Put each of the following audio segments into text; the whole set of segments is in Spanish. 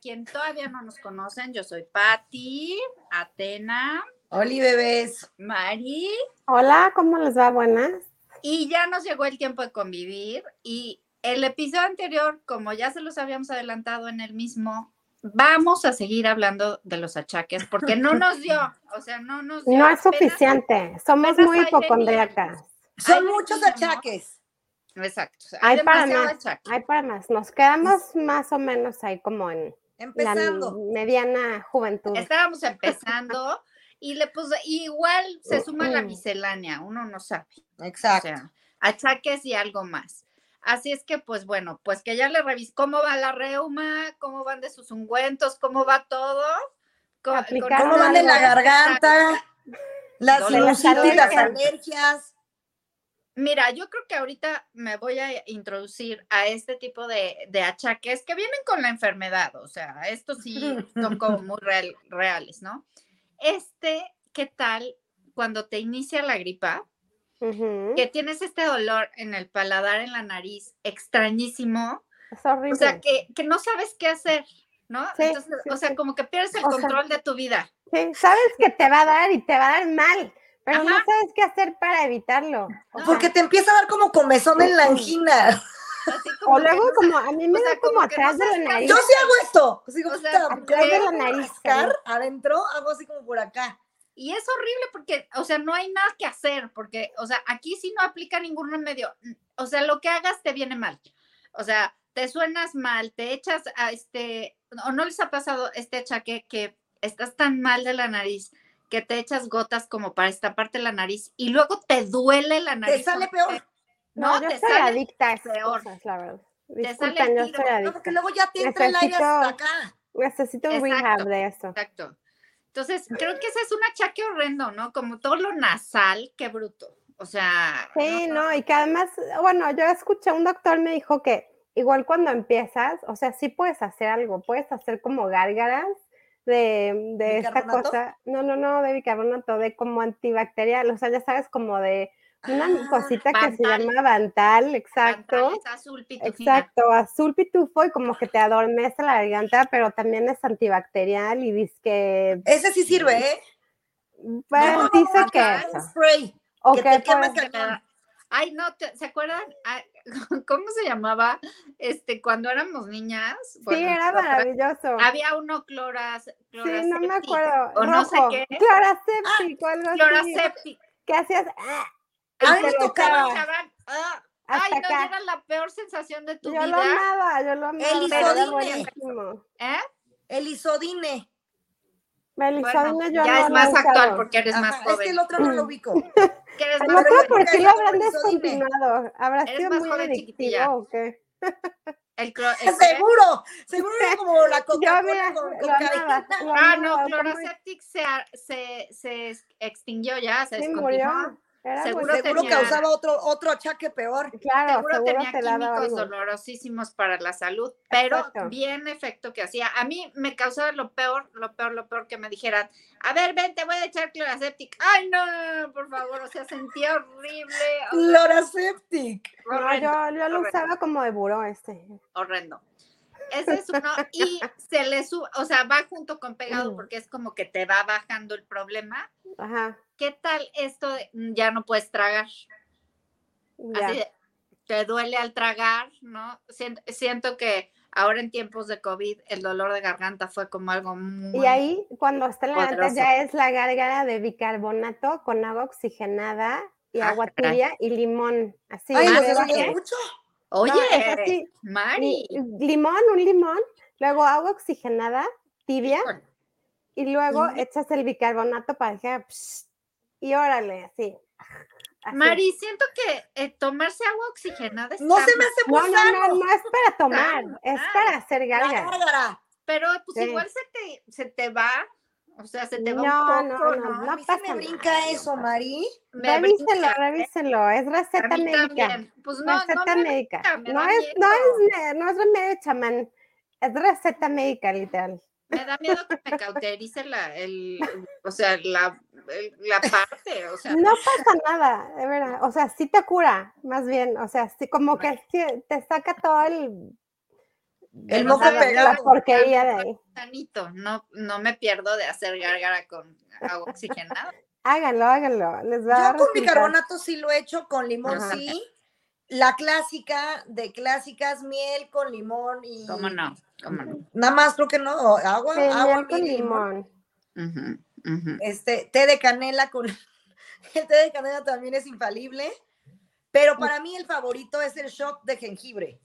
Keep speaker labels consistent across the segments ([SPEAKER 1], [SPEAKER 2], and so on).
[SPEAKER 1] quien todavía no nos conocen, yo soy Patti, Atena,
[SPEAKER 2] Oli, bebés.
[SPEAKER 1] Mari,
[SPEAKER 3] Hola, ¿cómo les va? Buenas.
[SPEAKER 1] y ya nos llegó el tiempo de convivir. Y el episodio anterior, como ya se los habíamos adelantado en el mismo, vamos a seguir hablando de los achaques, porque no nos dio, o sea, no nos dio.
[SPEAKER 3] No es
[SPEAKER 1] Pues apenas-
[SPEAKER 3] suficiente. Somos
[SPEAKER 1] apenas
[SPEAKER 3] muy
[SPEAKER 1] hay
[SPEAKER 3] hipocondríacas.
[SPEAKER 1] Ay,
[SPEAKER 2] Son muchos
[SPEAKER 1] sí, amor.
[SPEAKER 2] achaques.
[SPEAKER 1] Exacto.
[SPEAKER 3] Hay para
[SPEAKER 1] demasiado
[SPEAKER 3] más.
[SPEAKER 1] achaque.
[SPEAKER 3] Hay para más. Nos quedamos más o menos ahí como en la
[SPEAKER 2] Empezando.
[SPEAKER 3] mediana juventud.
[SPEAKER 1] Estábamos empezando y le puse, igual
[SPEAKER 3] Oh,
[SPEAKER 1] se suma la miscelánea, uno no sabe. O
[SPEAKER 2] Exacto.
[SPEAKER 1] sea, achaques y algo más. Así es que, pues bueno, pues que ya le revis cómo va la reuma, cómo van de sus ungüentos, cómo va todo. Co- con-
[SPEAKER 3] Aplicando
[SPEAKER 2] ¿Cómo van de la garganta? Las
[SPEAKER 1] Dolor.
[SPEAKER 2] sinusitis, las
[SPEAKER 3] Dolor.
[SPEAKER 2] alergias.
[SPEAKER 1] Mira, yo creo que ahorita me voy a introducir a este tipo de, de achaques que vienen con la enfermedad, o sea, estos sí son como muy real- reales, ¿no? Este, ¿qué tal cuando te inicia la gripa?
[SPEAKER 3] Ujú.
[SPEAKER 1] Que tienes este dolor en el paladar, en la nariz, extrañísimo,
[SPEAKER 3] Es horrible.
[SPEAKER 1] O sea, que, que no sabes qué hacer, ¿no?
[SPEAKER 3] Sí,
[SPEAKER 1] Entonces,
[SPEAKER 3] sí,
[SPEAKER 1] o sea,
[SPEAKER 3] sí.
[SPEAKER 1] como que pierdes el
[SPEAKER 3] O sea,
[SPEAKER 1] control de tu vida.
[SPEAKER 3] Sí, sabes que te va a dar y te va a dar mal, pero no
[SPEAKER 1] Ajá.
[SPEAKER 3] sabes qué hacer para evitarlo. O
[SPEAKER 1] No.
[SPEAKER 2] Porque te empieza a dar como comezón en la angina.
[SPEAKER 1] Así como
[SPEAKER 3] O
[SPEAKER 1] que
[SPEAKER 3] luego
[SPEAKER 1] no
[SPEAKER 3] como, a mí me
[SPEAKER 1] o sea,
[SPEAKER 3] da como
[SPEAKER 1] como que no
[SPEAKER 3] atrás de la
[SPEAKER 1] sabes qué
[SPEAKER 3] nariz.
[SPEAKER 2] Yo sí hago esto. Así como este
[SPEAKER 1] O sea,
[SPEAKER 2] esta-
[SPEAKER 1] atrás
[SPEAKER 2] creo
[SPEAKER 3] de la
[SPEAKER 2] que
[SPEAKER 3] nariz,
[SPEAKER 2] rascar adentro, hago así como por acá.
[SPEAKER 1] Y es horrible porque, o sea, no hay nada que hacer, porque, o sea, aquí sí no aplica ningún remedio. Mm, O sea, lo que hagas te viene mal. O sea, te suenas mal, te echas a este, o no les ha pasado este achaque que estás tan mal de la nariz que te echas gotas como para estamparte la nariz y luego te duele la nariz.
[SPEAKER 2] Te sale
[SPEAKER 1] como
[SPEAKER 2] peor.
[SPEAKER 1] que-
[SPEAKER 3] No,
[SPEAKER 1] No,
[SPEAKER 3] yo
[SPEAKER 1] te
[SPEAKER 3] soy
[SPEAKER 1] sale.
[SPEAKER 3] adicta a esas
[SPEAKER 1] peor.
[SPEAKER 3] cosas, la verdad.
[SPEAKER 1] sale el
[SPEAKER 3] Disculpen, yo
[SPEAKER 1] tiro,
[SPEAKER 3] soy
[SPEAKER 2] No,
[SPEAKER 3] adicta.
[SPEAKER 2] porque luego ya te entra el aire hasta acá.
[SPEAKER 3] Necesito un rehab
[SPEAKER 1] Exacto.
[SPEAKER 3] de eso.
[SPEAKER 1] Exacto. Entonces, creo que ese es un achaque horrendo, ¿no? Como todo lo nasal, qué bruto. O sea,
[SPEAKER 3] Sí, no, y que además, bueno, yo escuché, un doctor me dijo que igual cuando empiezas, o sea, sí puedes hacer algo, puedes hacer como gárgaras de, de esta
[SPEAKER 2] ¿Bicarbonato?
[SPEAKER 3] cosa, no, no, no, de bicarbonato, de como antibacterial, o sea, ya sabes, como de una
[SPEAKER 2] Ah,
[SPEAKER 3] cosita que se
[SPEAKER 1] Bantal.
[SPEAKER 3] llama Bantal, exacto.
[SPEAKER 1] pantalla azul pitufina.
[SPEAKER 3] Exacto, azul pitufo y como que te adormece la garganta, pero también es antibacterial y dice que,
[SPEAKER 2] Ese sí sirve, ¿eh?
[SPEAKER 3] bueno,
[SPEAKER 2] No,
[SPEAKER 3] Pues, dice
[SPEAKER 2] no,
[SPEAKER 3] que
[SPEAKER 2] no,
[SPEAKER 3] eso.
[SPEAKER 2] es spray.
[SPEAKER 3] O
[SPEAKER 2] que
[SPEAKER 3] que pues,
[SPEAKER 2] te quema
[SPEAKER 3] puedes-
[SPEAKER 1] Que me da- Ay, no, te- ¿se acuerdan? Ay, ¿Cómo se llamaba? Este, cuando éramos niñas.
[SPEAKER 3] sí,
[SPEAKER 1] bueno,
[SPEAKER 3] era
[SPEAKER 1] nosotras,
[SPEAKER 3] maravilloso.
[SPEAKER 1] Había uno cloras,
[SPEAKER 3] Sí, no me
[SPEAKER 1] cloraseptic,
[SPEAKER 3] acuerdo.
[SPEAKER 1] O no sé
[SPEAKER 3] rojo,
[SPEAKER 1] qué. Ah,
[SPEAKER 3] Cloraséptico, algo así.
[SPEAKER 1] Cloraseptic.
[SPEAKER 3] ¿Qué hacías? ¡Ah!
[SPEAKER 2] A mí
[SPEAKER 3] Y
[SPEAKER 2] me
[SPEAKER 3] te lo
[SPEAKER 2] tocaba.
[SPEAKER 3] echabas
[SPEAKER 1] Chaval, ah, Ay,
[SPEAKER 3] Hasta
[SPEAKER 1] no, ya
[SPEAKER 3] acá.
[SPEAKER 1] era la peor sensación de tu
[SPEAKER 3] Yo lo
[SPEAKER 1] vida.
[SPEAKER 3] amaba, yo lo amaba.
[SPEAKER 2] El
[SPEAKER 3] pero era
[SPEAKER 2] isodine.
[SPEAKER 3] buenísimo.
[SPEAKER 1] ¿eh?
[SPEAKER 2] El isodine.
[SPEAKER 3] El
[SPEAKER 1] Bueno,
[SPEAKER 3] isodine
[SPEAKER 1] ya
[SPEAKER 3] yo no
[SPEAKER 1] es
[SPEAKER 3] lo
[SPEAKER 1] más
[SPEAKER 3] he
[SPEAKER 1] actual
[SPEAKER 3] usado.
[SPEAKER 1] porque eres más
[SPEAKER 2] Ajá, es que
[SPEAKER 1] joven.
[SPEAKER 2] el otro no lo ubico.
[SPEAKER 1] que eres
[SPEAKER 3] El
[SPEAKER 1] más
[SPEAKER 3] otro,
[SPEAKER 1] joven.
[SPEAKER 3] ¿por
[SPEAKER 2] nunca
[SPEAKER 3] qué
[SPEAKER 2] he
[SPEAKER 3] lo
[SPEAKER 2] usado
[SPEAKER 3] habrán
[SPEAKER 2] el isodine.
[SPEAKER 3] descontinuado? ¿Habrá
[SPEAKER 1] Eres
[SPEAKER 3] sido
[SPEAKER 1] más
[SPEAKER 3] muy
[SPEAKER 1] joven, chiquitilla.
[SPEAKER 3] adictivo o qué?
[SPEAKER 1] El clo- el clor-
[SPEAKER 2] Seguro, seguro era como la
[SPEAKER 3] Yo,
[SPEAKER 2] Coca-Cola
[SPEAKER 3] mira,
[SPEAKER 2] con
[SPEAKER 3] lo amaba.
[SPEAKER 2] cocaína.
[SPEAKER 3] lo
[SPEAKER 1] Ah, no,
[SPEAKER 3] amaba, ¿cómo es?
[SPEAKER 1] Cloraseptic se, ar- se, se es- extinguió ya, se
[SPEAKER 3] Sí,
[SPEAKER 1] descontinuó.
[SPEAKER 3] murió. Era
[SPEAKER 1] Seguro
[SPEAKER 3] buenísimo.
[SPEAKER 2] Seguro
[SPEAKER 1] tenía-
[SPEAKER 2] causaba otro, otro achaque peor.
[SPEAKER 3] Claro,
[SPEAKER 1] Seguro,
[SPEAKER 3] seguro
[SPEAKER 1] tenía
[SPEAKER 3] te daba
[SPEAKER 1] químicos
[SPEAKER 3] algo.
[SPEAKER 1] dolorosísimos para la salud, pero
[SPEAKER 3] Exacto.
[SPEAKER 1] bien efecto que hacía. A mí me causaba lo peor, lo peor, lo peor que me dijeran, a ver, ven, te voy a echar Cloraseptic. Ay, no, no, no, por favor, o sea, sentía horrible, o sea,
[SPEAKER 2] Cloraseptic.
[SPEAKER 3] No,
[SPEAKER 1] horrendo,
[SPEAKER 3] yo, yo lo
[SPEAKER 1] horrendo.
[SPEAKER 3] usaba como de buró este.
[SPEAKER 1] horrendo. Ese es uno, y se le sube, o sea, va junto con pegado
[SPEAKER 3] Mm.
[SPEAKER 1] porque es como que te va bajando el problema.
[SPEAKER 3] Ajá.
[SPEAKER 1] ¿Qué tal esto de mm, ya no puedes tragar?
[SPEAKER 3] Ya.
[SPEAKER 1] así de, te duele al tragar, ¿no? Sien- Siento, que ahora en tiempos de COVID el dolor de garganta fue como algo muy...
[SPEAKER 3] Y ahí, cuando está la garganta,
[SPEAKER 1] poderoso.
[SPEAKER 3] ya es la gárgara de bicarbonato con agua oxigenada y
[SPEAKER 1] Ah,
[SPEAKER 3] agua
[SPEAKER 1] caray.
[SPEAKER 3] tibia y limón. Así,
[SPEAKER 2] Ay,
[SPEAKER 3] lo
[SPEAKER 2] no
[SPEAKER 1] más
[SPEAKER 2] se
[SPEAKER 3] llevas,
[SPEAKER 1] oye,
[SPEAKER 2] oye
[SPEAKER 3] ¿eh?
[SPEAKER 2] mucho.
[SPEAKER 1] Oye,
[SPEAKER 3] No, es así,
[SPEAKER 1] Mari.
[SPEAKER 3] li- limón, un limón, luego agua oxigenada, tibia,
[SPEAKER 1] híjole,
[SPEAKER 3] y luego
[SPEAKER 2] Ujú.
[SPEAKER 3] echas el bicarbonato para que haga psh, y órale, así. así.
[SPEAKER 1] Mari, siento que eh, tomarse agua oxigenada
[SPEAKER 2] No
[SPEAKER 1] está
[SPEAKER 2] se me
[SPEAKER 1] mal,
[SPEAKER 2] hace muy
[SPEAKER 3] No, no,
[SPEAKER 2] sano.
[SPEAKER 3] no, no es para tomar, es
[SPEAKER 1] sano.
[SPEAKER 3] para hacer
[SPEAKER 2] La
[SPEAKER 3] gárgara.
[SPEAKER 2] gárgara.
[SPEAKER 1] pero pues
[SPEAKER 3] Sí.
[SPEAKER 1] igual se te, se te va, o sea, se te va
[SPEAKER 3] No,
[SPEAKER 1] un
[SPEAKER 3] no,
[SPEAKER 1] poco,
[SPEAKER 3] no,
[SPEAKER 1] ¿no?
[SPEAKER 2] A mí sí
[SPEAKER 3] pasa
[SPEAKER 2] me
[SPEAKER 3] nada,
[SPEAKER 2] brinca eso, Mari.
[SPEAKER 1] Me
[SPEAKER 3] Revíselo,
[SPEAKER 1] brinca, ¿eh?
[SPEAKER 3] revíselo, es
[SPEAKER 1] A
[SPEAKER 3] receta
[SPEAKER 1] mí
[SPEAKER 3] médica.
[SPEAKER 1] también. Pues no, no
[SPEAKER 3] receta
[SPEAKER 1] me
[SPEAKER 3] médica.
[SPEAKER 1] brinca, me
[SPEAKER 3] No
[SPEAKER 1] da
[SPEAKER 3] es, no,
[SPEAKER 1] miedo.
[SPEAKER 3] es, me- no es remedio chamán, es receta médica, literal.
[SPEAKER 1] Me da miedo que me cauterice la, el, o sea, la, el- la parte, o sea,
[SPEAKER 3] No pasa nada, de verdad. O sea, sí te cura, más bien. O sea, sí, como que sí te saca todo el
[SPEAKER 2] El
[SPEAKER 1] no
[SPEAKER 2] moco
[SPEAKER 1] sabe
[SPEAKER 2] pegado.
[SPEAKER 1] hablar,
[SPEAKER 3] la porquería de ahí.
[SPEAKER 1] Tanito, no, no me pierdo de hacer gárgara con agua oxigenada.
[SPEAKER 3] Háganlo, háganlo. Les va a
[SPEAKER 2] Yo con
[SPEAKER 3] resultar.
[SPEAKER 2] bicarbonato sí lo he hecho, con limón
[SPEAKER 3] Ajá.
[SPEAKER 2] sí. La clásica de clásicas, miel con limón y.
[SPEAKER 1] ¿Cómo no? ¿Cómo no?
[SPEAKER 2] Nada más creo que no, o agua,
[SPEAKER 3] Sí,
[SPEAKER 2] agua
[SPEAKER 3] miel con
[SPEAKER 2] miel y
[SPEAKER 3] limón.
[SPEAKER 1] Ujú, ujú.
[SPEAKER 2] Este, té de canela con. El té de canela también es infalible. Pero para mí el favorito es el shot de jengibre.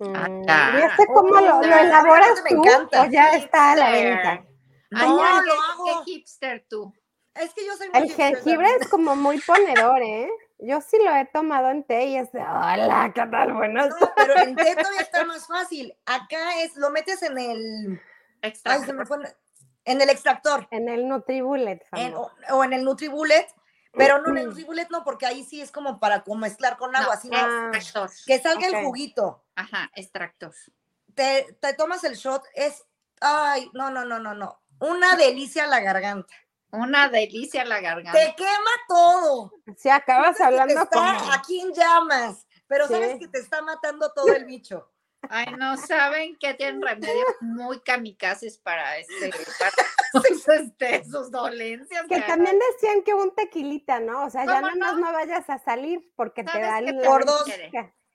[SPEAKER 1] Ah,
[SPEAKER 3] Mm,
[SPEAKER 1] claro.
[SPEAKER 3] ¿Y este cómo
[SPEAKER 2] Oh,
[SPEAKER 3] lo, lo
[SPEAKER 1] claro,
[SPEAKER 3] elaboras
[SPEAKER 2] me
[SPEAKER 3] tú
[SPEAKER 2] encanta.
[SPEAKER 3] o ya está a la
[SPEAKER 1] Hipster.
[SPEAKER 3] venta?
[SPEAKER 2] No,
[SPEAKER 1] Ay, ya,
[SPEAKER 2] lo
[SPEAKER 1] qué-
[SPEAKER 2] hago.
[SPEAKER 1] Qué hipster tú.
[SPEAKER 2] Es que yo soy muy
[SPEAKER 3] El
[SPEAKER 2] hipster,
[SPEAKER 3] jengibre
[SPEAKER 2] ¿verdad?
[SPEAKER 3] es como muy ponedor, ¿eh? Yo sí lo he tomado en té y es de, hola, ¿qué tal?
[SPEAKER 2] No,
[SPEAKER 3] Buenos
[SPEAKER 2] pero en té todavía está más fácil. Acá es, lo metes en el. Ay, se me fue. En el extractor.
[SPEAKER 3] En el Nutribullet, Mm,
[SPEAKER 2] en-
[SPEAKER 3] famoso.
[SPEAKER 2] o, o en el Nutribullet, pero no en el Nutribullet no, porque ahí sí es como para como mezclar con agua, sino
[SPEAKER 3] Ah,
[SPEAKER 1] Extractor.
[SPEAKER 2] que salga
[SPEAKER 3] ok.
[SPEAKER 2] el juguito.
[SPEAKER 1] Ajá, extractor.
[SPEAKER 2] Te, te tomas el shot, es, ay, no, no, no, no, no. Una delicia la garganta.
[SPEAKER 1] Una delicia la garganta.
[SPEAKER 2] Te quema todo.
[SPEAKER 3] si acabas
[SPEAKER 2] Te
[SPEAKER 3] hablando como...
[SPEAKER 2] está aquí en llamas, pero sabes
[SPEAKER 3] Sí.
[SPEAKER 2] que te está matando todo el bicho.
[SPEAKER 1] Ay, no saben que tienen remedios muy kamikazes para, este, para sus, este, sus dolencias.
[SPEAKER 3] Que
[SPEAKER 1] cara.
[SPEAKER 3] también decían que un tequilita, ¿no? O sea, ya
[SPEAKER 1] ¿Cómo
[SPEAKER 3] nada más no vayas a salir porque te
[SPEAKER 1] ¿Sabes
[SPEAKER 3] da
[SPEAKER 1] qué
[SPEAKER 3] el...
[SPEAKER 1] te
[SPEAKER 2] Por dos.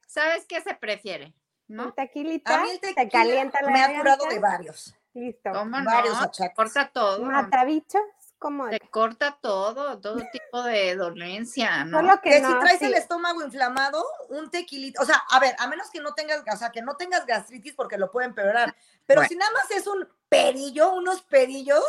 [SPEAKER 1] ¿Sabes qué se prefiere? ¿No?
[SPEAKER 3] tequilita,
[SPEAKER 2] A mí el
[SPEAKER 3] te
[SPEAKER 2] tequila
[SPEAKER 3] calienta la
[SPEAKER 2] me ha curado de
[SPEAKER 3] garganta,
[SPEAKER 2] varios,
[SPEAKER 3] Listo.
[SPEAKER 1] ¿Cómo
[SPEAKER 2] varios
[SPEAKER 1] no? Te
[SPEAKER 2] achacos.
[SPEAKER 1] corta todo.
[SPEAKER 3] Matabichos, como...
[SPEAKER 1] Te corta todo, todo tipo de dolencia, ¿no?
[SPEAKER 3] Solo que
[SPEAKER 2] Que
[SPEAKER 3] no,
[SPEAKER 2] si traes
[SPEAKER 3] sí.
[SPEAKER 2] el estómago inflamado, un tequilito, o sea, a ver, a menos que no tengas, o sea, que no tengas gastritis porque lo puede empeorar, pero
[SPEAKER 1] Bueno.
[SPEAKER 2] si nada más es un perillo, unos perillos,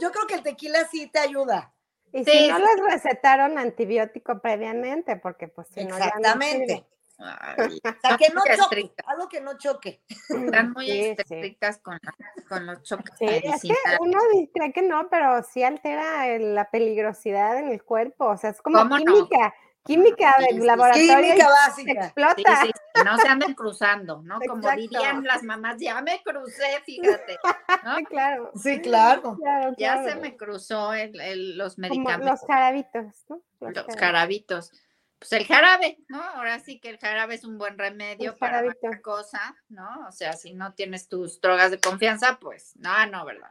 [SPEAKER 2] yo creo que el tequila sí te ayuda.
[SPEAKER 3] Y
[SPEAKER 1] Sí,
[SPEAKER 3] si no
[SPEAKER 1] sí.
[SPEAKER 3] les recetaron antibiótico previamente, porque pues si no ya no
[SPEAKER 2] Exactamente.
[SPEAKER 1] Ay,
[SPEAKER 2] O sea, que no
[SPEAKER 1] Muy
[SPEAKER 2] choque,
[SPEAKER 1] estricta.
[SPEAKER 2] algo que no choque.
[SPEAKER 3] sirve.
[SPEAKER 1] están muy
[SPEAKER 3] Sí, sí.
[SPEAKER 1] estrictas con, la- con los choques
[SPEAKER 3] Sí, es que
[SPEAKER 1] medicinales.
[SPEAKER 3] uno di- cree que no, pero sí altera el- la peligrosidad en el cuerpo. O sea, es como
[SPEAKER 1] ¿Cómo no?
[SPEAKER 3] química, química
[SPEAKER 1] Sí,
[SPEAKER 3] de
[SPEAKER 1] sí, sí.
[SPEAKER 3] laboratorio. y
[SPEAKER 2] Química
[SPEAKER 3] se
[SPEAKER 2] básica.
[SPEAKER 1] Sí,
[SPEAKER 3] explota.
[SPEAKER 1] sí, sí, no se anden cruzando, ¿no? Como
[SPEAKER 3] Exacto.
[SPEAKER 1] dirían las mamás, ya me crucé, fíjate, ¿no?
[SPEAKER 3] Ah, claro,
[SPEAKER 2] Sí, claro.
[SPEAKER 3] claro,
[SPEAKER 1] Ya se
[SPEAKER 3] claro.
[SPEAKER 1] me cruzó el, el- los
[SPEAKER 3] Como
[SPEAKER 1] medicamentos,
[SPEAKER 3] los jarabitos, ¿no? Los
[SPEAKER 1] los
[SPEAKER 3] jara-
[SPEAKER 1] carabitos. Pues el jarabe, ¿no? Ahora sí que el jarabe es un buen remedio
[SPEAKER 3] Un
[SPEAKER 1] para
[SPEAKER 3] jarabito.
[SPEAKER 1] cualquier cosa, ¿no? O sea, si no tienes tus drogas de confianza, pues, no, no, ¿verdad?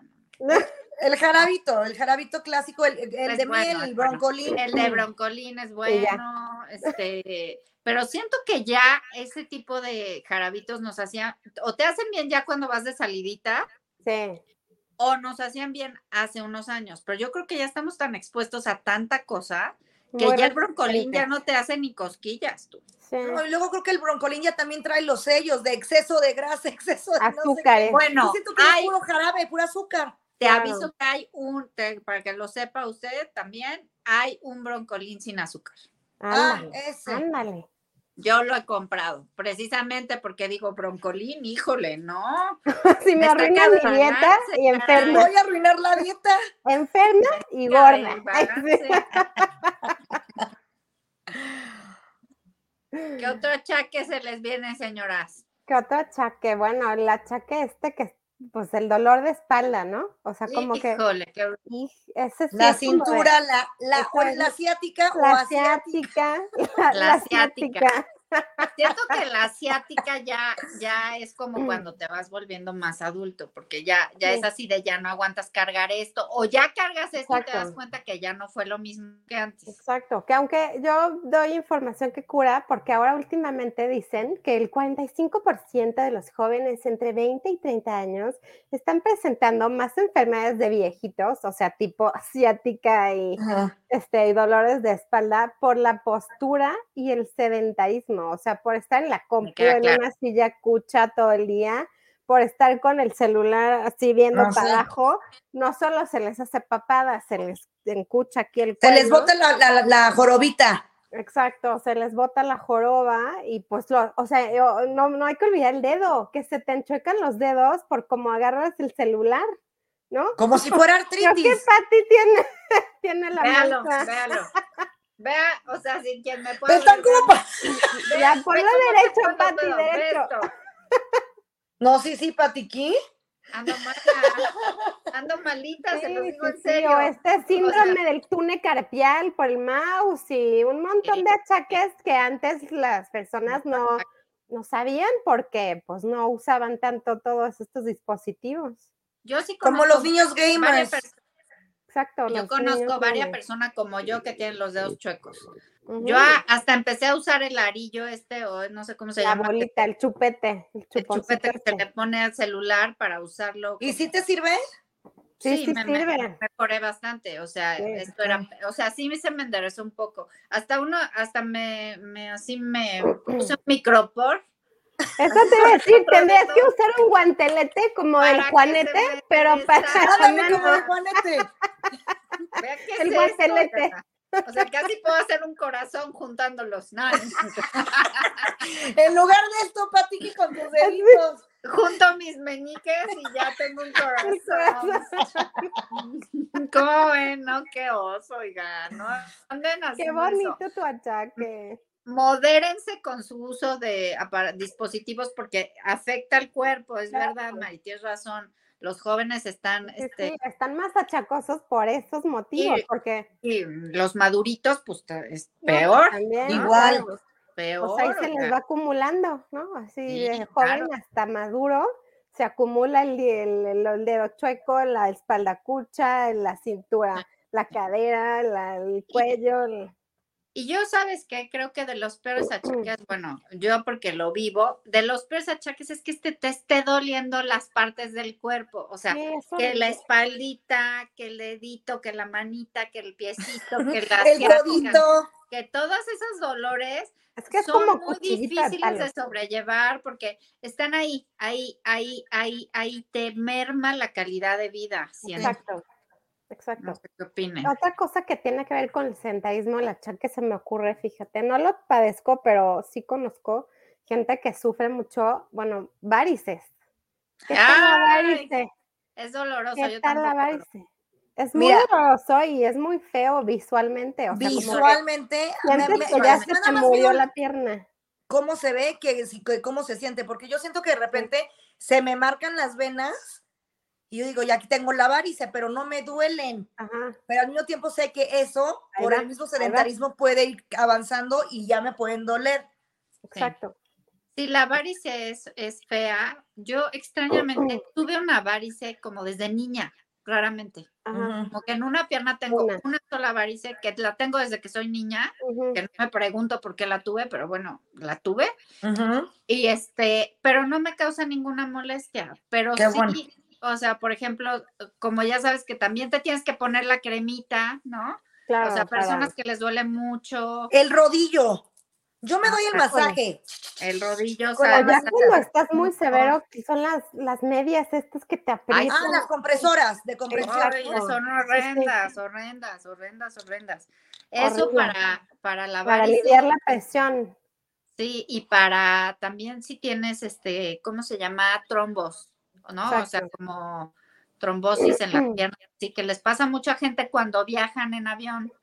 [SPEAKER 2] El jarabito, el jarabito clásico, el, el
[SPEAKER 1] Es
[SPEAKER 2] de
[SPEAKER 1] bueno,
[SPEAKER 2] miel,
[SPEAKER 1] es
[SPEAKER 2] el
[SPEAKER 1] bueno.
[SPEAKER 2] broncolín.
[SPEAKER 1] El de broncolín es
[SPEAKER 3] Y ya.
[SPEAKER 1] bueno, este, pero siento que ya ese tipo de jarabitos nos hacían, o te hacen bien ya cuando vas de salidita,
[SPEAKER 3] Sí,
[SPEAKER 1] o nos hacían bien hace unos años, pero yo creo que ya estamos tan expuestos a tanta cosa que
[SPEAKER 3] muy
[SPEAKER 1] ya el broncolín ya
[SPEAKER 3] resistente,
[SPEAKER 1] no te hace ni cosquillas tú.
[SPEAKER 3] sí.
[SPEAKER 2] No, y luego creo que el broncolín ya también trae los sellos de exceso de grasa, exceso de no sé qué.
[SPEAKER 3] Azúcares.
[SPEAKER 2] Yo
[SPEAKER 1] Bueno,
[SPEAKER 2] siento que es
[SPEAKER 1] hay,
[SPEAKER 2] puro jarabe, puro azúcar.
[SPEAKER 1] te
[SPEAKER 3] claro.
[SPEAKER 1] aviso que hay un, te- para que lo sepa usted también, hay un broncolín sin azúcar.
[SPEAKER 2] Ah,
[SPEAKER 3] Ándale,
[SPEAKER 2] ese.
[SPEAKER 3] ándale.
[SPEAKER 1] Yo lo he comprado, precisamente porque digo broncolín, híjole, no.
[SPEAKER 3] Si me
[SPEAKER 1] Está
[SPEAKER 3] arruina
[SPEAKER 1] cabrón,
[SPEAKER 3] mi dieta y
[SPEAKER 1] ah, señora.
[SPEAKER 3] enferma,
[SPEAKER 2] Voy a arruinar la dieta.
[SPEAKER 3] enferma y
[SPEAKER 1] Ya,
[SPEAKER 3] gorda.
[SPEAKER 1] el
[SPEAKER 3] Ay, sí.
[SPEAKER 1] balance. ¿Qué otro achaque se les viene, señoras?
[SPEAKER 3] ¿Qué otro achaque? Bueno, el achaque este que es, pues el dolor de espalda, ¿no? O sea, como que
[SPEAKER 1] Híjole, qué
[SPEAKER 3] y ese sí
[SPEAKER 2] La
[SPEAKER 3] es como de-
[SPEAKER 2] cintura, la, la, o
[SPEAKER 3] Esa es
[SPEAKER 2] la asiática o
[SPEAKER 3] la
[SPEAKER 2] asiática.
[SPEAKER 3] asiática,
[SPEAKER 1] La
[SPEAKER 3] la, la
[SPEAKER 1] asiática.
[SPEAKER 3] asiática.
[SPEAKER 1] Siento que la asiática ya, ya es como cuando te vas volviendo más adulto, porque ya, ya es
[SPEAKER 3] Sí.
[SPEAKER 1] así de ya no aguantas cargar esto, o ya cargas esto y te das
[SPEAKER 3] Exacto.
[SPEAKER 1] cuenta que ya no fue lo mismo que antes.
[SPEAKER 3] Exacto, que aunque yo doy información que cura, porque ahora últimamente dicen que el 45% de los jóvenes entre 20 y 30 años están presentando más enfermedades de viejitos, o sea, tipo asiática y
[SPEAKER 2] Ajá.
[SPEAKER 3] este, y dolores de espalda por la postura y el sedentarismo, o sea, por estar en la compu,
[SPEAKER 1] queda
[SPEAKER 3] en
[SPEAKER 1] claro.
[SPEAKER 3] una silla cucha todo el día, por estar con el celular así viendo
[SPEAKER 2] No sé.
[SPEAKER 3] para abajo, no solo se les hace papada, se les encucha aquí el
[SPEAKER 2] Se
[SPEAKER 3] cuello.
[SPEAKER 2] les bota la, la, la jorobita.
[SPEAKER 3] Exacto, se les bota la joroba y pues, lo, o sea, yo- no, no hay que olvidar el dedo, que se te enchuecan los dedos por cómo agarras el celular, ¿no?
[SPEAKER 2] Como si fuera
[SPEAKER 3] Creo que
[SPEAKER 2] artritis.
[SPEAKER 3] Pati tiene, tiene la
[SPEAKER 1] Véalo,
[SPEAKER 3] mancha.
[SPEAKER 1] véalo. Vea, o sea, si quien me puede.
[SPEAKER 2] Están como pa-
[SPEAKER 3] Ya,
[SPEAKER 1] Ve, ve
[SPEAKER 3] ponlo
[SPEAKER 1] cómo
[SPEAKER 3] derecho,
[SPEAKER 1] te pongo el
[SPEAKER 3] Pati,
[SPEAKER 1] dedo, ve
[SPEAKER 3] derecho.
[SPEAKER 1] esto.
[SPEAKER 2] No, sí, sí, patiquí.
[SPEAKER 1] Ando mala. Ando malita, se lo
[SPEAKER 3] Sí,
[SPEAKER 1] digo
[SPEAKER 3] sí,
[SPEAKER 1] en
[SPEAKER 3] sí,
[SPEAKER 1] serio.
[SPEAKER 3] O este síndrome del túnel carpial por el mouse y un montón de achaques que antes las personas no, no sabían porque pues no usaban tanto todos estos dispositivos.
[SPEAKER 1] Yo sí
[SPEAKER 2] Como
[SPEAKER 1] conozco
[SPEAKER 2] los niños
[SPEAKER 1] varias
[SPEAKER 2] gamers.
[SPEAKER 1] personas-
[SPEAKER 3] Exacto.
[SPEAKER 1] Yo
[SPEAKER 3] los
[SPEAKER 1] conozco
[SPEAKER 3] niños
[SPEAKER 1] varias
[SPEAKER 3] grandes.
[SPEAKER 1] personas como yo que tienen los dedos chuecos.
[SPEAKER 3] Ujú.
[SPEAKER 1] Yo a- hasta empecé a usar el arillo este, o no sé cómo se
[SPEAKER 3] la
[SPEAKER 1] llama, que-
[SPEAKER 3] bolita, el chupete, el
[SPEAKER 1] el
[SPEAKER 3] chuponcito
[SPEAKER 1] chupete que se
[SPEAKER 3] este.
[SPEAKER 1] le pone al celular para usarlo.
[SPEAKER 2] ¿Y si te sirve?
[SPEAKER 3] Sí, sí
[SPEAKER 1] me, me-
[SPEAKER 3] sirve.
[SPEAKER 1] me mejoré bastante, o sea,
[SPEAKER 3] Sí,
[SPEAKER 1] esto era, o sea, sí se me enderezó un poco. Hasta uno, hasta me, me así me puse un micropor
[SPEAKER 3] Eso te iba a decir,
[SPEAKER 1] Otro
[SPEAKER 3] tendrías
[SPEAKER 1] dedo.
[SPEAKER 3] que usar un guantelete como el
[SPEAKER 1] Para que
[SPEAKER 3] Juanete,
[SPEAKER 1] se me
[SPEAKER 3] pero para
[SPEAKER 1] enderezara.
[SPEAKER 3] la
[SPEAKER 2] Háblame
[SPEAKER 3] mano.
[SPEAKER 2] como de Juanete.
[SPEAKER 1] Vea qué
[SPEAKER 3] El
[SPEAKER 1] es
[SPEAKER 3] guantelete.
[SPEAKER 1] esto, gata. O sea, casi puedo hacer un corazón juntándolos. No,
[SPEAKER 2] En lugar de esto, Pati, que con tus deditos.
[SPEAKER 1] junto mis meñiques y ya tengo un
[SPEAKER 3] el
[SPEAKER 1] corazón.
[SPEAKER 3] corazón.
[SPEAKER 1] ¿Cómo ven? No, qué oso, oiga, no anden
[SPEAKER 3] Qué
[SPEAKER 1] haciendo eso.
[SPEAKER 3] bonito tu achaque.
[SPEAKER 1] Modérense con su uso de apara- dispositivos porque afecta al cuerpo, es
[SPEAKER 3] Claro.
[SPEAKER 1] verdad, Mari, tienes razón. Los jóvenes están,
[SPEAKER 3] Sí,
[SPEAKER 1] este,
[SPEAKER 3] sí, están más achacosos por esos motivos, porque
[SPEAKER 1] y los maduritos, pues ta- es
[SPEAKER 3] no, pues,
[SPEAKER 1] peor,
[SPEAKER 3] también,
[SPEAKER 2] Igual.
[SPEAKER 3] claro,
[SPEAKER 1] peor.
[SPEAKER 3] Pues ahí se les
[SPEAKER 1] oiga.
[SPEAKER 3] va acumulando, ¿no? Así
[SPEAKER 1] Sí,
[SPEAKER 3] de
[SPEAKER 1] claro.
[SPEAKER 3] joven hasta maduro, se acumula el, el, el- el dedo chueco, la espalda cucha, la cintura,
[SPEAKER 1] Ah.
[SPEAKER 3] la cadera, la- el cuello. el-
[SPEAKER 1] Y yo, ¿sabes qué? Creo que de los peores achaques, bueno, yo porque lo vivo, de los peores achaques es que este, te esté doliendo las partes del cuerpo, o sea,
[SPEAKER 3] Sí, es
[SPEAKER 1] que la
[SPEAKER 3] horrible.
[SPEAKER 1] espaldita, que el dedito, que la manita, que el piecito, que la
[SPEAKER 2] El
[SPEAKER 1] asiática,
[SPEAKER 2] codito.
[SPEAKER 1] que todos esos dolores
[SPEAKER 3] Es que es
[SPEAKER 1] son
[SPEAKER 3] como
[SPEAKER 1] muy
[SPEAKER 3] cuchillita de
[SPEAKER 1] difíciles
[SPEAKER 3] palo.
[SPEAKER 1] de sobrellevar porque están ahí, ahí, ahí, ahí, ahí te merma la calidad de vida. siento.
[SPEAKER 3] Exacto, exacto.
[SPEAKER 1] No sé qué opinen.
[SPEAKER 3] Otra cosa que tiene que ver con el sentaísmo, el achaque se me ocurre, fíjate, no lo padezco, pero sí conozco gente que sufre mucho, bueno, varices. ¿Qué tal la
[SPEAKER 1] ¡Ay!
[SPEAKER 3] varice?
[SPEAKER 1] Es doloroso.
[SPEAKER 3] ¿Qué
[SPEAKER 1] yo
[SPEAKER 3] tal la
[SPEAKER 1] tampoco lo-
[SPEAKER 3] varice? Es muy
[SPEAKER 2] Mira.
[SPEAKER 3] doloroso y es muy feo visualmente. O sea, como que
[SPEAKER 2] Visualmente, me-
[SPEAKER 3] sientes
[SPEAKER 2] me-
[SPEAKER 3] que ya
[SPEAKER 1] visualmente.
[SPEAKER 3] se
[SPEAKER 2] nada
[SPEAKER 3] te
[SPEAKER 2] más
[SPEAKER 3] murió
[SPEAKER 2] veo
[SPEAKER 3] la pierna.
[SPEAKER 2] cómo se ve, que, si- que cómo se siente, porque yo siento que de repente se me marcan las venas y yo digo, ya aquí tengo la varice, pero no me duelen.
[SPEAKER 3] Ajá.
[SPEAKER 2] Pero al mismo tiempo sé que eso,
[SPEAKER 3] Ahí
[SPEAKER 2] por
[SPEAKER 3] va,
[SPEAKER 2] el mismo
[SPEAKER 3] va.
[SPEAKER 2] sedentarismo, puede ir avanzando y ya me pueden doler.
[SPEAKER 3] Exacto.
[SPEAKER 1] Sí, la varice es, es fea. Yo extrañamente tuve una varice como desde niña, raramente.
[SPEAKER 3] Ajá.
[SPEAKER 2] Ujú.
[SPEAKER 1] Como que en una pierna tengo
[SPEAKER 3] Una.
[SPEAKER 1] una, sola varice que la tengo desde que soy niña,
[SPEAKER 3] ujú.
[SPEAKER 1] que no me pregunto por qué la tuve, pero bueno, la tuve.
[SPEAKER 2] Ujú.
[SPEAKER 1] Y este, pero no me causa ninguna molestia, pero
[SPEAKER 2] Qué
[SPEAKER 1] sí,
[SPEAKER 2] bueno.
[SPEAKER 1] o sea, por ejemplo, como ya sabes que también te tienes que poner la cremita, ¿no?
[SPEAKER 3] Claro.
[SPEAKER 1] o sea,
[SPEAKER 3] para-
[SPEAKER 1] personas que les duele mucho
[SPEAKER 2] El rodillo. Yo me doy el
[SPEAKER 1] Ah,
[SPEAKER 3] híjole.
[SPEAKER 2] masaje.
[SPEAKER 1] el rodillo, o
[SPEAKER 3] Pero
[SPEAKER 1] sea,
[SPEAKER 3] ya
[SPEAKER 1] vas a-
[SPEAKER 3] cuando estás muy severo, que son las, las medias estas que te
[SPEAKER 1] Ay,
[SPEAKER 3] aprietan.
[SPEAKER 2] Ah, las compresoras de compresión.
[SPEAKER 1] Ay,
[SPEAKER 3] Exacto. Este
[SPEAKER 1] son horrendas, horrendas, horrendas, horrendas. Eso
[SPEAKER 3] Horrible.
[SPEAKER 1] para, para la
[SPEAKER 3] para
[SPEAKER 1] varice,
[SPEAKER 3] aliviar la presión.
[SPEAKER 1] sí, y para también si tienes este, ¿cómo se llama? Trombos, ¿no? O sea,
[SPEAKER 3] Exacto.
[SPEAKER 1] como trombosis en la pierna, así que les pasa mucho a gente cuando viajan en avión.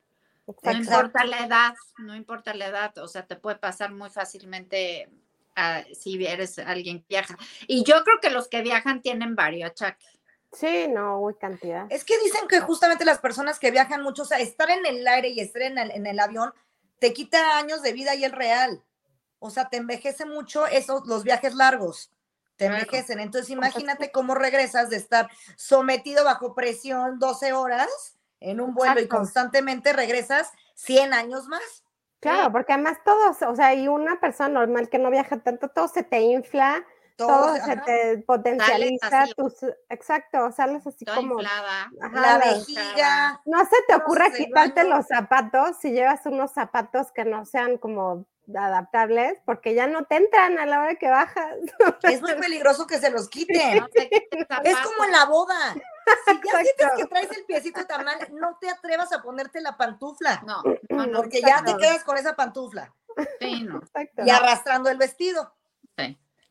[SPEAKER 1] No
[SPEAKER 3] Exacto.
[SPEAKER 1] importa la edad, no importa la edad, o sea, te puede pasar muy fácilmente ah, si eres alguien que viaja. Y yo creo que los que viajan tienen varios achaques.
[SPEAKER 3] Sí, no, uy, cantidad.
[SPEAKER 2] Es que dicen que justamente las personas que viajan mucho, o sea, estar en el aire y estar en el, en el avión, te quita años de vida y el real. O sea, te envejece mucho esos, los viajes largos. Te
[SPEAKER 1] Claro.
[SPEAKER 2] envejecen. Entonces, imagínate cómo regresas de estar sometido bajo presión 12 horas en un vuelo
[SPEAKER 3] Exacto.
[SPEAKER 2] y constantemente regresas 100 años más.
[SPEAKER 3] Claro, porque además todos, o sea, y una persona normal que no viaja tanto, todo se te infla,
[SPEAKER 2] Todo,
[SPEAKER 3] todo
[SPEAKER 2] ajá,
[SPEAKER 3] se te potencializa,
[SPEAKER 1] así.
[SPEAKER 3] tus, exacto, sales así
[SPEAKER 1] Toda
[SPEAKER 3] como,
[SPEAKER 1] inflada.
[SPEAKER 3] ajá,
[SPEAKER 2] la
[SPEAKER 3] la-
[SPEAKER 2] vejiga.
[SPEAKER 3] no se te
[SPEAKER 2] no
[SPEAKER 3] ocurra
[SPEAKER 2] se
[SPEAKER 3] quitarte
[SPEAKER 2] baña.
[SPEAKER 3] los zapatos si llevas unos zapatos que no sean como adaptables, porque ya no te entran a la hora que bajas.
[SPEAKER 2] Es muy peligroso que se los quiten.
[SPEAKER 1] no te quites
[SPEAKER 2] Es
[SPEAKER 1] zapatos.
[SPEAKER 2] como en la boda. Si ya sientes
[SPEAKER 3] Exacto.
[SPEAKER 2] que traes el piecito tan mal, no te atrevas a ponerte la pantufla,
[SPEAKER 1] No, no, no,
[SPEAKER 2] porque ya te
[SPEAKER 1] no,
[SPEAKER 2] quedas con esa pantufla
[SPEAKER 1] sí, no.
[SPEAKER 3] Exacto.
[SPEAKER 2] y arrastrando el vestido.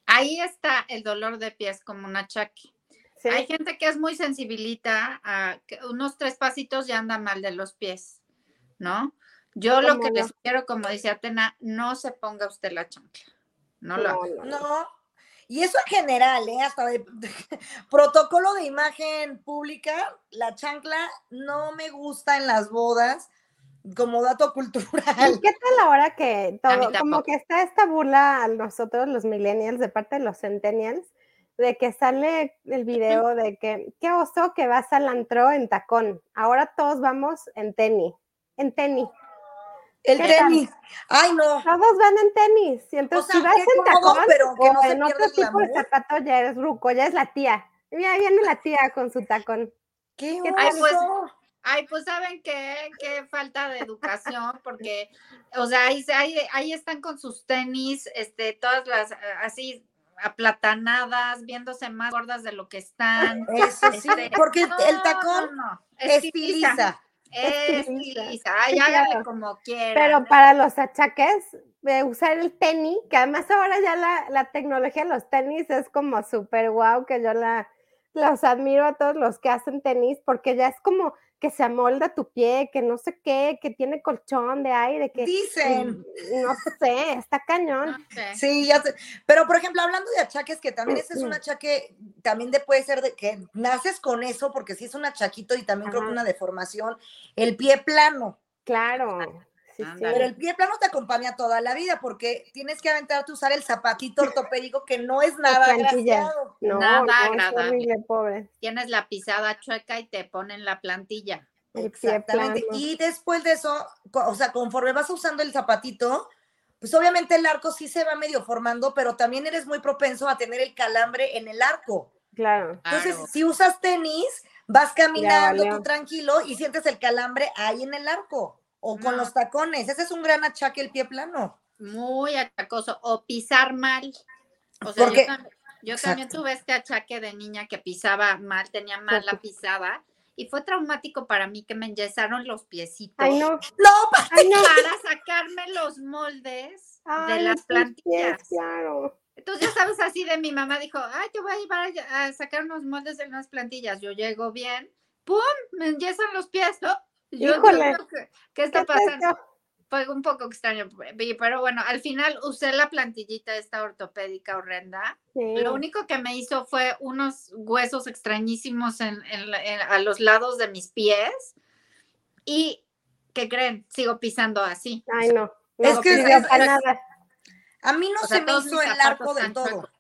[SPEAKER 1] Ahí está el dolor de pies como un achaque.
[SPEAKER 3] Sí,
[SPEAKER 1] Hay gente que es muy sensibilita, a que unos tres pasitos ya anda mal de los pies, ¿no? Yo lo
[SPEAKER 3] ¿Cómo
[SPEAKER 1] que
[SPEAKER 3] no?
[SPEAKER 1] les sugiero, como dice Atena, no se ponga usted la chancla. No lo haga.
[SPEAKER 3] no, no, no.
[SPEAKER 2] No. Y eso en general, ¿eh? hasta de protocolo de imagen pública, la chancla no me gusta en las bodas. como dato cultural.
[SPEAKER 3] ¿Y qué tal ahora que
[SPEAKER 1] mí
[SPEAKER 3] todo,
[SPEAKER 1] tampoco.
[SPEAKER 3] como que está esta burla a nosotros los millennials de parte de los centennials, de que sale el video de que, qué oso que vas al antro en tacón, ahora todos vamos en tenis, en tenis,
[SPEAKER 2] El
[SPEAKER 3] ¿Qué tal?
[SPEAKER 2] tenis. Ay, no.
[SPEAKER 3] todos van en tenis, y entonces
[SPEAKER 2] sea,
[SPEAKER 3] si vas
[SPEAKER 2] qué
[SPEAKER 3] en
[SPEAKER 2] cómodo,
[SPEAKER 3] tacón
[SPEAKER 2] pero que
[SPEAKER 3] o
[SPEAKER 2] no se
[SPEAKER 3] en
[SPEAKER 2] pierda
[SPEAKER 3] otro
[SPEAKER 2] el
[SPEAKER 3] tipo de
[SPEAKER 2] glamour.
[SPEAKER 3] zapato ya eres ruco, ya es la tía, ya viene la tía con su tacón.
[SPEAKER 2] Qué
[SPEAKER 3] ¿Qué
[SPEAKER 1] tal? Pues,
[SPEAKER 2] oso.
[SPEAKER 1] Ay, pues saben qué, qué falta de educación, porque, o sea, ahí, se- ahí, ahí están con sus tenis, este, todas las ah, así aplatanadas, viéndose más gordas de lo que están.
[SPEAKER 2] Eso sí,
[SPEAKER 1] Este,
[SPEAKER 2] porque
[SPEAKER 1] no,
[SPEAKER 2] el tacón
[SPEAKER 1] no, no,
[SPEAKER 2] estiliza.
[SPEAKER 1] Estiliza.
[SPEAKER 3] Estiliza.
[SPEAKER 1] Ay,
[SPEAKER 3] Sí,
[SPEAKER 1] háganle
[SPEAKER 3] claro.
[SPEAKER 1] como quieran.
[SPEAKER 3] Pero para los achaques, de usar el tenis, que además ahora ya la, la tecnología de los tenis es como súper guau, que yo la, los admiro a todos los que hacen tenis, porque ya es como que se amolda tu pie, que no sé qué, que tiene colchón de aire, que
[SPEAKER 2] Dicen.
[SPEAKER 3] mm, no sé, está cañón.
[SPEAKER 1] No sé.
[SPEAKER 2] Sí, ya sé. Pero, por ejemplo, hablando de achaques, que también ese es un achaque, también de- puede ser de que naces con eso, porque sí es un achaquito y también creo que
[SPEAKER 3] Ajá.
[SPEAKER 2] una deformación, el pie plano.
[SPEAKER 3] Claro. Sí,
[SPEAKER 1] Ándale.
[SPEAKER 2] Pero
[SPEAKER 3] sí.
[SPEAKER 2] el pie plano te acompaña toda la vida, porque tienes que aventarte a usar el zapatito ortopédico, que no es nada
[SPEAKER 3] plantillas.
[SPEAKER 2] agraciado.
[SPEAKER 3] No,
[SPEAKER 1] Nada
[SPEAKER 3] no, es
[SPEAKER 1] agradable.
[SPEAKER 3] horrible, pobre.
[SPEAKER 1] Tienes la pisada chueca y te ponen la plantilla.
[SPEAKER 3] El pie
[SPEAKER 2] Exactamente.
[SPEAKER 3] plano.
[SPEAKER 2] Y después de eso, co- o sea, conforme vas usando el zapatito, pues obviamente el arco sí se va medio formando, pero también eres muy propenso a tener el calambre en el arco.
[SPEAKER 3] Claro.
[SPEAKER 2] Entonces,
[SPEAKER 1] Claro.
[SPEAKER 2] si usas tenis, vas caminando
[SPEAKER 3] valió.
[SPEAKER 2] tú tranquilo y sientes el calambre ahí en el arco o con
[SPEAKER 1] No.
[SPEAKER 2] los tacones. Ese es un gran achaque el pie plano.
[SPEAKER 1] muy achacoso o pisar mal. O sea,
[SPEAKER 2] Porque-
[SPEAKER 1] yo, tam- yo también
[SPEAKER 2] Exacto.
[SPEAKER 1] tuve este achaque de niña que pisaba mal, tenía mal la pisada y fue traumático para mí que me enyesaron los piecitos
[SPEAKER 3] Ay, no.
[SPEAKER 2] No, pa-
[SPEAKER 3] Ay, no.
[SPEAKER 1] para sacarme los moldes de
[SPEAKER 3] Ay,
[SPEAKER 1] las
[SPEAKER 3] tus pies,
[SPEAKER 1] plantillas.
[SPEAKER 3] Claro.
[SPEAKER 1] Entonces, ya sabes, así de mi mamá dijo, ay, te voy a llevar a, a sacar unos moldes de unas plantillas. Yo llego bien, ¡pum! Me enyesan los pies, ¿no? Y Yo,
[SPEAKER 3] Híjole.
[SPEAKER 1] ¿qué, qué
[SPEAKER 3] ¿Qué
[SPEAKER 1] está
[SPEAKER 3] es
[SPEAKER 1] pasando?
[SPEAKER 3] esto?
[SPEAKER 1] fue un poco extraño, pe- pero bueno, al final usé la plantillita esta ortopédica horrenda.
[SPEAKER 3] Sí.
[SPEAKER 1] Lo único que me hizo fue unos huesos extrañísimos en, en la- en- a los lados de mis pies y, ¿qué creen? Sigo pisando así.
[SPEAKER 3] Ay, no.
[SPEAKER 2] Es
[SPEAKER 3] no
[SPEAKER 2] que es-
[SPEAKER 3] sirvió
[SPEAKER 2] es-
[SPEAKER 3] para
[SPEAKER 2] es-
[SPEAKER 3] nada.
[SPEAKER 2] a mí no
[SPEAKER 1] O sea,
[SPEAKER 2] se me
[SPEAKER 1] todos
[SPEAKER 2] hizo
[SPEAKER 1] mis
[SPEAKER 2] el
[SPEAKER 1] zapatos
[SPEAKER 2] arco del
[SPEAKER 1] están
[SPEAKER 2] todo.
[SPEAKER 1] chuecos.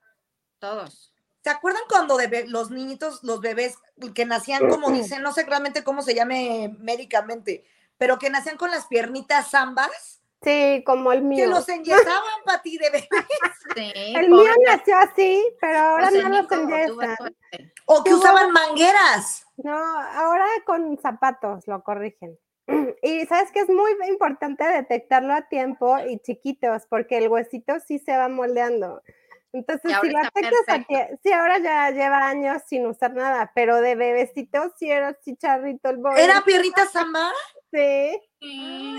[SPEAKER 1] Todos.
[SPEAKER 2] ¿Se acuerdan cuando de be- los niñitos, los bebés que nacían, como dicen, no sé realmente cómo se llame médicamente, pero que nacían con las piernitas zambas?
[SPEAKER 3] Sí, como el
[SPEAKER 2] Que
[SPEAKER 3] mío.
[SPEAKER 2] los enyesaban para ti de bebé.
[SPEAKER 1] Sí, pobre
[SPEAKER 3] El mío nació así, pero ahora
[SPEAKER 1] José
[SPEAKER 3] no los
[SPEAKER 1] Nico, tuve
[SPEAKER 3] enyesan.
[SPEAKER 1] suerte.
[SPEAKER 2] O que
[SPEAKER 3] Qué
[SPEAKER 2] usaban mangueras.
[SPEAKER 3] No, ahora con zapatos lo corrigen. Y sabes que es muy importante detectarlo a tiempo y chiquitos, porque el huesito sí se va moldeando. Entonces,
[SPEAKER 1] Y
[SPEAKER 3] si
[SPEAKER 1] ahora
[SPEAKER 3] lo
[SPEAKER 1] está
[SPEAKER 3] detectas a tie- sí, ahora ya lleva años sin usar nada, pero de bebecito sí era chicharrito el boy.
[SPEAKER 2] ¿Era piernita zamba?
[SPEAKER 3] Sí,
[SPEAKER 2] Ay,
[SPEAKER 1] Sí,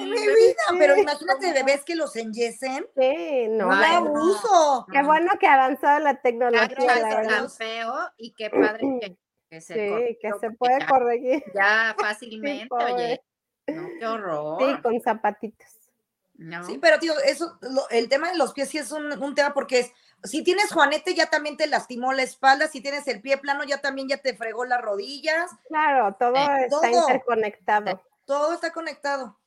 [SPEAKER 2] mi vida, pero
[SPEAKER 3] sí.
[SPEAKER 2] imagínate bebés que los enyesen.
[SPEAKER 3] sí, no.
[SPEAKER 2] No la
[SPEAKER 1] Ay, no.
[SPEAKER 2] uso.
[SPEAKER 3] Qué bueno que ha avanzado la
[SPEAKER 1] está
[SPEAKER 3] tecnología,
[SPEAKER 1] chueco,
[SPEAKER 3] la
[SPEAKER 2] gracias a
[SPEAKER 3] verdad.
[SPEAKER 1] tan feo y qué padre que, que se
[SPEAKER 3] Mm, Sí, que
[SPEAKER 1] corrigió,
[SPEAKER 3] se
[SPEAKER 1] porque
[SPEAKER 3] puede
[SPEAKER 1] ya-
[SPEAKER 3] corregir.
[SPEAKER 1] Ya fácilmente,
[SPEAKER 3] pobre.
[SPEAKER 1] oye. No, qué horror.
[SPEAKER 3] Sí, con zapatitos.
[SPEAKER 1] ¿no?
[SPEAKER 2] Sí, pero tío, eso, lo- el tema de los pies sí es un, un tema porque es, si tienes Juanete ya también te lastimó la espalda, si tienes el pie plano ya también ya te fregó las rodillas,
[SPEAKER 3] Claro, todo
[SPEAKER 1] Eh,
[SPEAKER 3] está
[SPEAKER 2] todo.
[SPEAKER 3] interconectado.
[SPEAKER 2] todo está conectado.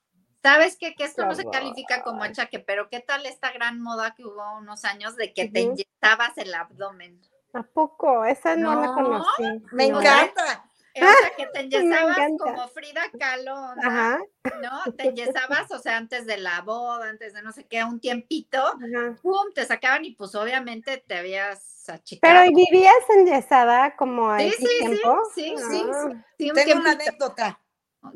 [SPEAKER 1] ¿Sabes qué? Que esto no se
[SPEAKER 3] Horror.
[SPEAKER 1] califica como achaque, pero ¿qué tal esta gran moda que hubo unos años de que te
[SPEAKER 3] Ujú.
[SPEAKER 1] inyectabas el abdomen?
[SPEAKER 3] ¿A poco? Esa no, la
[SPEAKER 1] No,
[SPEAKER 3] conocí.
[SPEAKER 2] Me
[SPEAKER 3] no.
[SPEAKER 2] encanta.
[SPEAKER 1] Eh, O sea, que te
[SPEAKER 3] Ah, Me
[SPEAKER 1] enyesabas
[SPEAKER 3] encanta.
[SPEAKER 1] como Frida Kahlo, ¿no?
[SPEAKER 3] Ajá,
[SPEAKER 1] ¿no? Te enyesabas, o sea, antes de la boda, antes de no sé qué, un tiempito,
[SPEAKER 3] ajá.
[SPEAKER 1] ¡pum! Te sacaban y pues obviamente te habías achicado.
[SPEAKER 3] Pero ¿y vivías enyesada como a
[SPEAKER 1] Sí,
[SPEAKER 3] X
[SPEAKER 1] sí, sí,
[SPEAKER 3] tiempo?
[SPEAKER 1] sí, sí, Sí, un
[SPEAKER 2] Tengo una
[SPEAKER 1] tiempito.
[SPEAKER 2] anécdota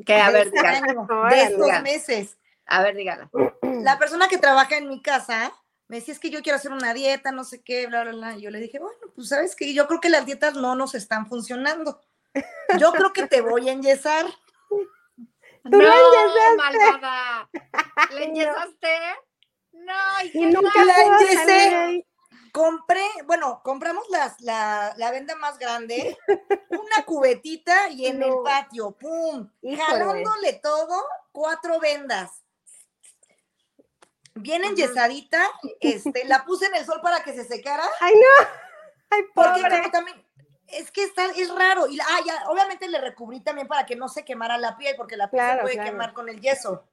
[SPEAKER 1] Que a
[SPEAKER 2] de,
[SPEAKER 1] ver,
[SPEAKER 2] este
[SPEAKER 1] dígala,
[SPEAKER 2] año, de
[SPEAKER 3] Órale.
[SPEAKER 2] estos meses.
[SPEAKER 1] a ver, dígala.
[SPEAKER 3] Ah.
[SPEAKER 2] la persona que trabaja en mi casa me decía, es que yo quiero hacer una dieta, no sé qué, bla, bla, bla. Y Yo le dije, bueno, pues sabes que yo creo que las dietas no nos están funcionando. Yo creo que te voy a enyesar.
[SPEAKER 3] Tú la enyesaste.
[SPEAKER 1] malvada! ¿Le enyesaste? No,
[SPEAKER 3] Y
[SPEAKER 1] hija,
[SPEAKER 3] nunca
[SPEAKER 2] La
[SPEAKER 3] pudo
[SPEAKER 2] enyesé.
[SPEAKER 3] salir ahí.
[SPEAKER 2] Compré, bueno, compramos las, la, la venda más grande, una cubetita y en
[SPEAKER 3] No.
[SPEAKER 2] el patio, ¡pum!
[SPEAKER 3] Híjole.
[SPEAKER 2] Jalándole todo, cuatro vendas. Bien enyesadita, este, la puse en el sol para que se secara
[SPEAKER 3] Ay, no. Ay,
[SPEAKER 2] Porque
[SPEAKER 3] pobre.
[SPEAKER 2] como también, es que está, es raro. Y la- ah, ya, obviamente le recubrí también para que no se quemara la piel, porque la piel
[SPEAKER 3] Claro,
[SPEAKER 2] se puede
[SPEAKER 3] claro.
[SPEAKER 2] quemar con el yeso.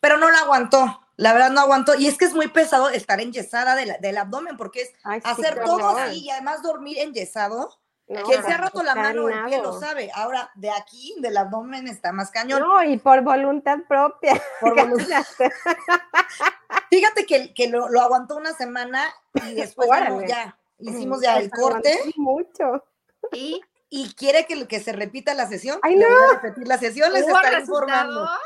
[SPEAKER 2] Pero no la aguantó, la verdad no aguantó. Y es que es muy pesado estar enyesada del, del abdomen porque es
[SPEAKER 3] Ay, sí,
[SPEAKER 2] hacer
[SPEAKER 3] qué
[SPEAKER 2] todo
[SPEAKER 3] horror.
[SPEAKER 2] así y además dormir enyesado.
[SPEAKER 3] No, pues,
[SPEAKER 2] Quien se ha roto la
[SPEAKER 3] está
[SPEAKER 2] mano o el pie lo
[SPEAKER 3] nabo.
[SPEAKER 2] sabe. Ahora, de aquí, del abdomen está más cañón.
[SPEAKER 3] No, y por voluntad propia.
[SPEAKER 2] Por voluntad.
[SPEAKER 3] ganaste.
[SPEAKER 2] Fíjate que, que lo, lo aguantó una semana y después ya, no,
[SPEAKER 3] Órale.
[SPEAKER 2] ya hicimos ya el
[SPEAKER 3] Hasta
[SPEAKER 2] corte
[SPEAKER 3] aguanté Mucho.
[SPEAKER 1] Y
[SPEAKER 2] y quiere que, que se repita la sesión.
[SPEAKER 3] Ay,
[SPEAKER 2] Le
[SPEAKER 3] no.
[SPEAKER 2] voy a repetir la sesión, les
[SPEAKER 1] hubo
[SPEAKER 2] estaré informando.
[SPEAKER 1] resultados.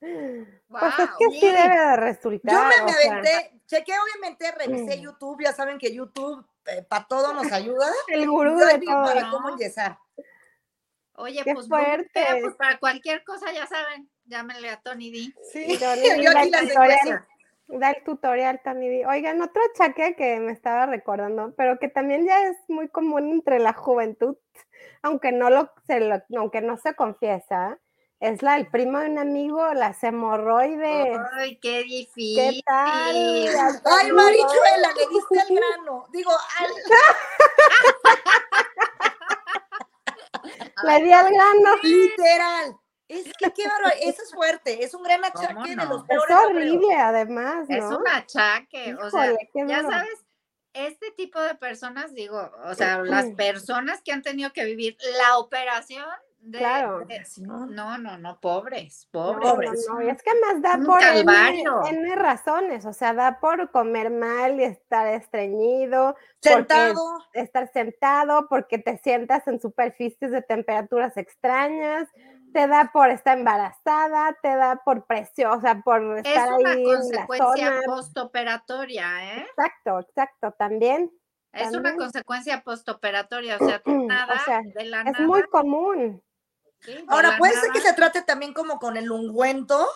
[SPEAKER 3] Pues es
[SPEAKER 1] Guau.
[SPEAKER 3] que sí
[SPEAKER 2] sí.
[SPEAKER 3] debe de resultar.
[SPEAKER 2] Ah, Yo me,
[SPEAKER 3] o
[SPEAKER 2] me
[SPEAKER 3] sea,
[SPEAKER 2] aventé, chequé obviamente, revisé
[SPEAKER 3] Mm.
[SPEAKER 2] YouTube, ya saben que YouTube para todo nos ayuda.
[SPEAKER 3] El gurú
[SPEAKER 2] Yo
[SPEAKER 3] de
[SPEAKER 2] digo,
[SPEAKER 3] todo.
[SPEAKER 2] para
[SPEAKER 1] ¿no?
[SPEAKER 2] cómo enyesar.
[SPEAKER 1] Oye,
[SPEAKER 3] Qué
[SPEAKER 1] pues, voluntaria,
[SPEAKER 3] fuerte.
[SPEAKER 1] pues, para cualquier cosa, ya saben, llámenle a Tony D.
[SPEAKER 2] Sí,
[SPEAKER 3] Yo ni
[SPEAKER 2] yo
[SPEAKER 3] la
[SPEAKER 2] aquí las
[SPEAKER 3] tutorial.
[SPEAKER 2] encuentro.
[SPEAKER 3] Da el tutorial también. y- Oigan, otro achaque que me estaba recordando, pero que también ya es muy común entre la juventud, aunque no, lo, se lo- aunque no se confiesa, es la del primo de un amigo, las hemorroides.
[SPEAKER 1] Ay, qué difícil.
[SPEAKER 3] ¿Qué tal? Las
[SPEAKER 2] Ay,
[SPEAKER 3] hemorroides.
[SPEAKER 2] Marichuela, le diste al grano. Digo, al,
[SPEAKER 3] Le di al grano.
[SPEAKER 2] literal. Es que qué bárbaro, eso es fuerte, es un gran
[SPEAKER 1] ¿Cómo
[SPEAKER 2] achaque de
[SPEAKER 1] no?
[SPEAKER 2] los
[SPEAKER 3] Es
[SPEAKER 2] peores. yo creo.
[SPEAKER 3] horrible, además,
[SPEAKER 1] Es
[SPEAKER 3] ¿no?
[SPEAKER 1] un achaque, o sea,
[SPEAKER 3] Híjole, qué
[SPEAKER 1] ya
[SPEAKER 3] duro.
[SPEAKER 1] sabes, este tipo de personas, digo,
[SPEAKER 3] Pues
[SPEAKER 1] o sea, las personas que han tenido que vivir la operación de...
[SPEAKER 3] Claro.
[SPEAKER 1] de-
[SPEAKER 2] No,
[SPEAKER 1] no, no, no, pobres,
[SPEAKER 3] No,
[SPEAKER 1] pobres.
[SPEAKER 3] no,
[SPEAKER 2] pobres.
[SPEAKER 3] no, y es que más da
[SPEAKER 1] Un
[SPEAKER 3] por N,
[SPEAKER 1] calvario.
[SPEAKER 3] N razones, o sea, da por comer mal y estar estreñido,
[SPEAKER 2] Sentado.
[SPEAKER 3] estar sentado, porque te sientas en superficies de temperaturas extrañas, te da por estar embarazada, te da por presión, o sea, por
[SPEAKER 1] Es
[SPEAKER 3] estar
[SPEAKER 1] una
[SPEAKER 3] ahí en la
[SPEAKER 1] consecuencia
[SPEAKER 3] zona.
[SPEAKER 1] postoperatoria, ¿eh?
[SPEAKER 3] Exacto, exacto, también.
[SPEAKER 1] Es una
[SPEAKER 3] También.
[SPEAKER 1] consecuencia postoperatoria, o sea,
[SPEAKER 3] O
[SPEAKER 1] nada,
[SPEAKER 3] sea,
[SPEAKER 1] de la
[SPEAKER 3] Es
[SPEAKER 1] nada.
[SPEAKER 3] muy común.
[SPEAKER 1] sí, de
[SPEAKER 2] Ahora,
[SPEAKER 1] la
[SPEAKER 2] puede ser que
[SPEAKER 1] nada.
[SPEAKER 2] se trate también como con el ungüento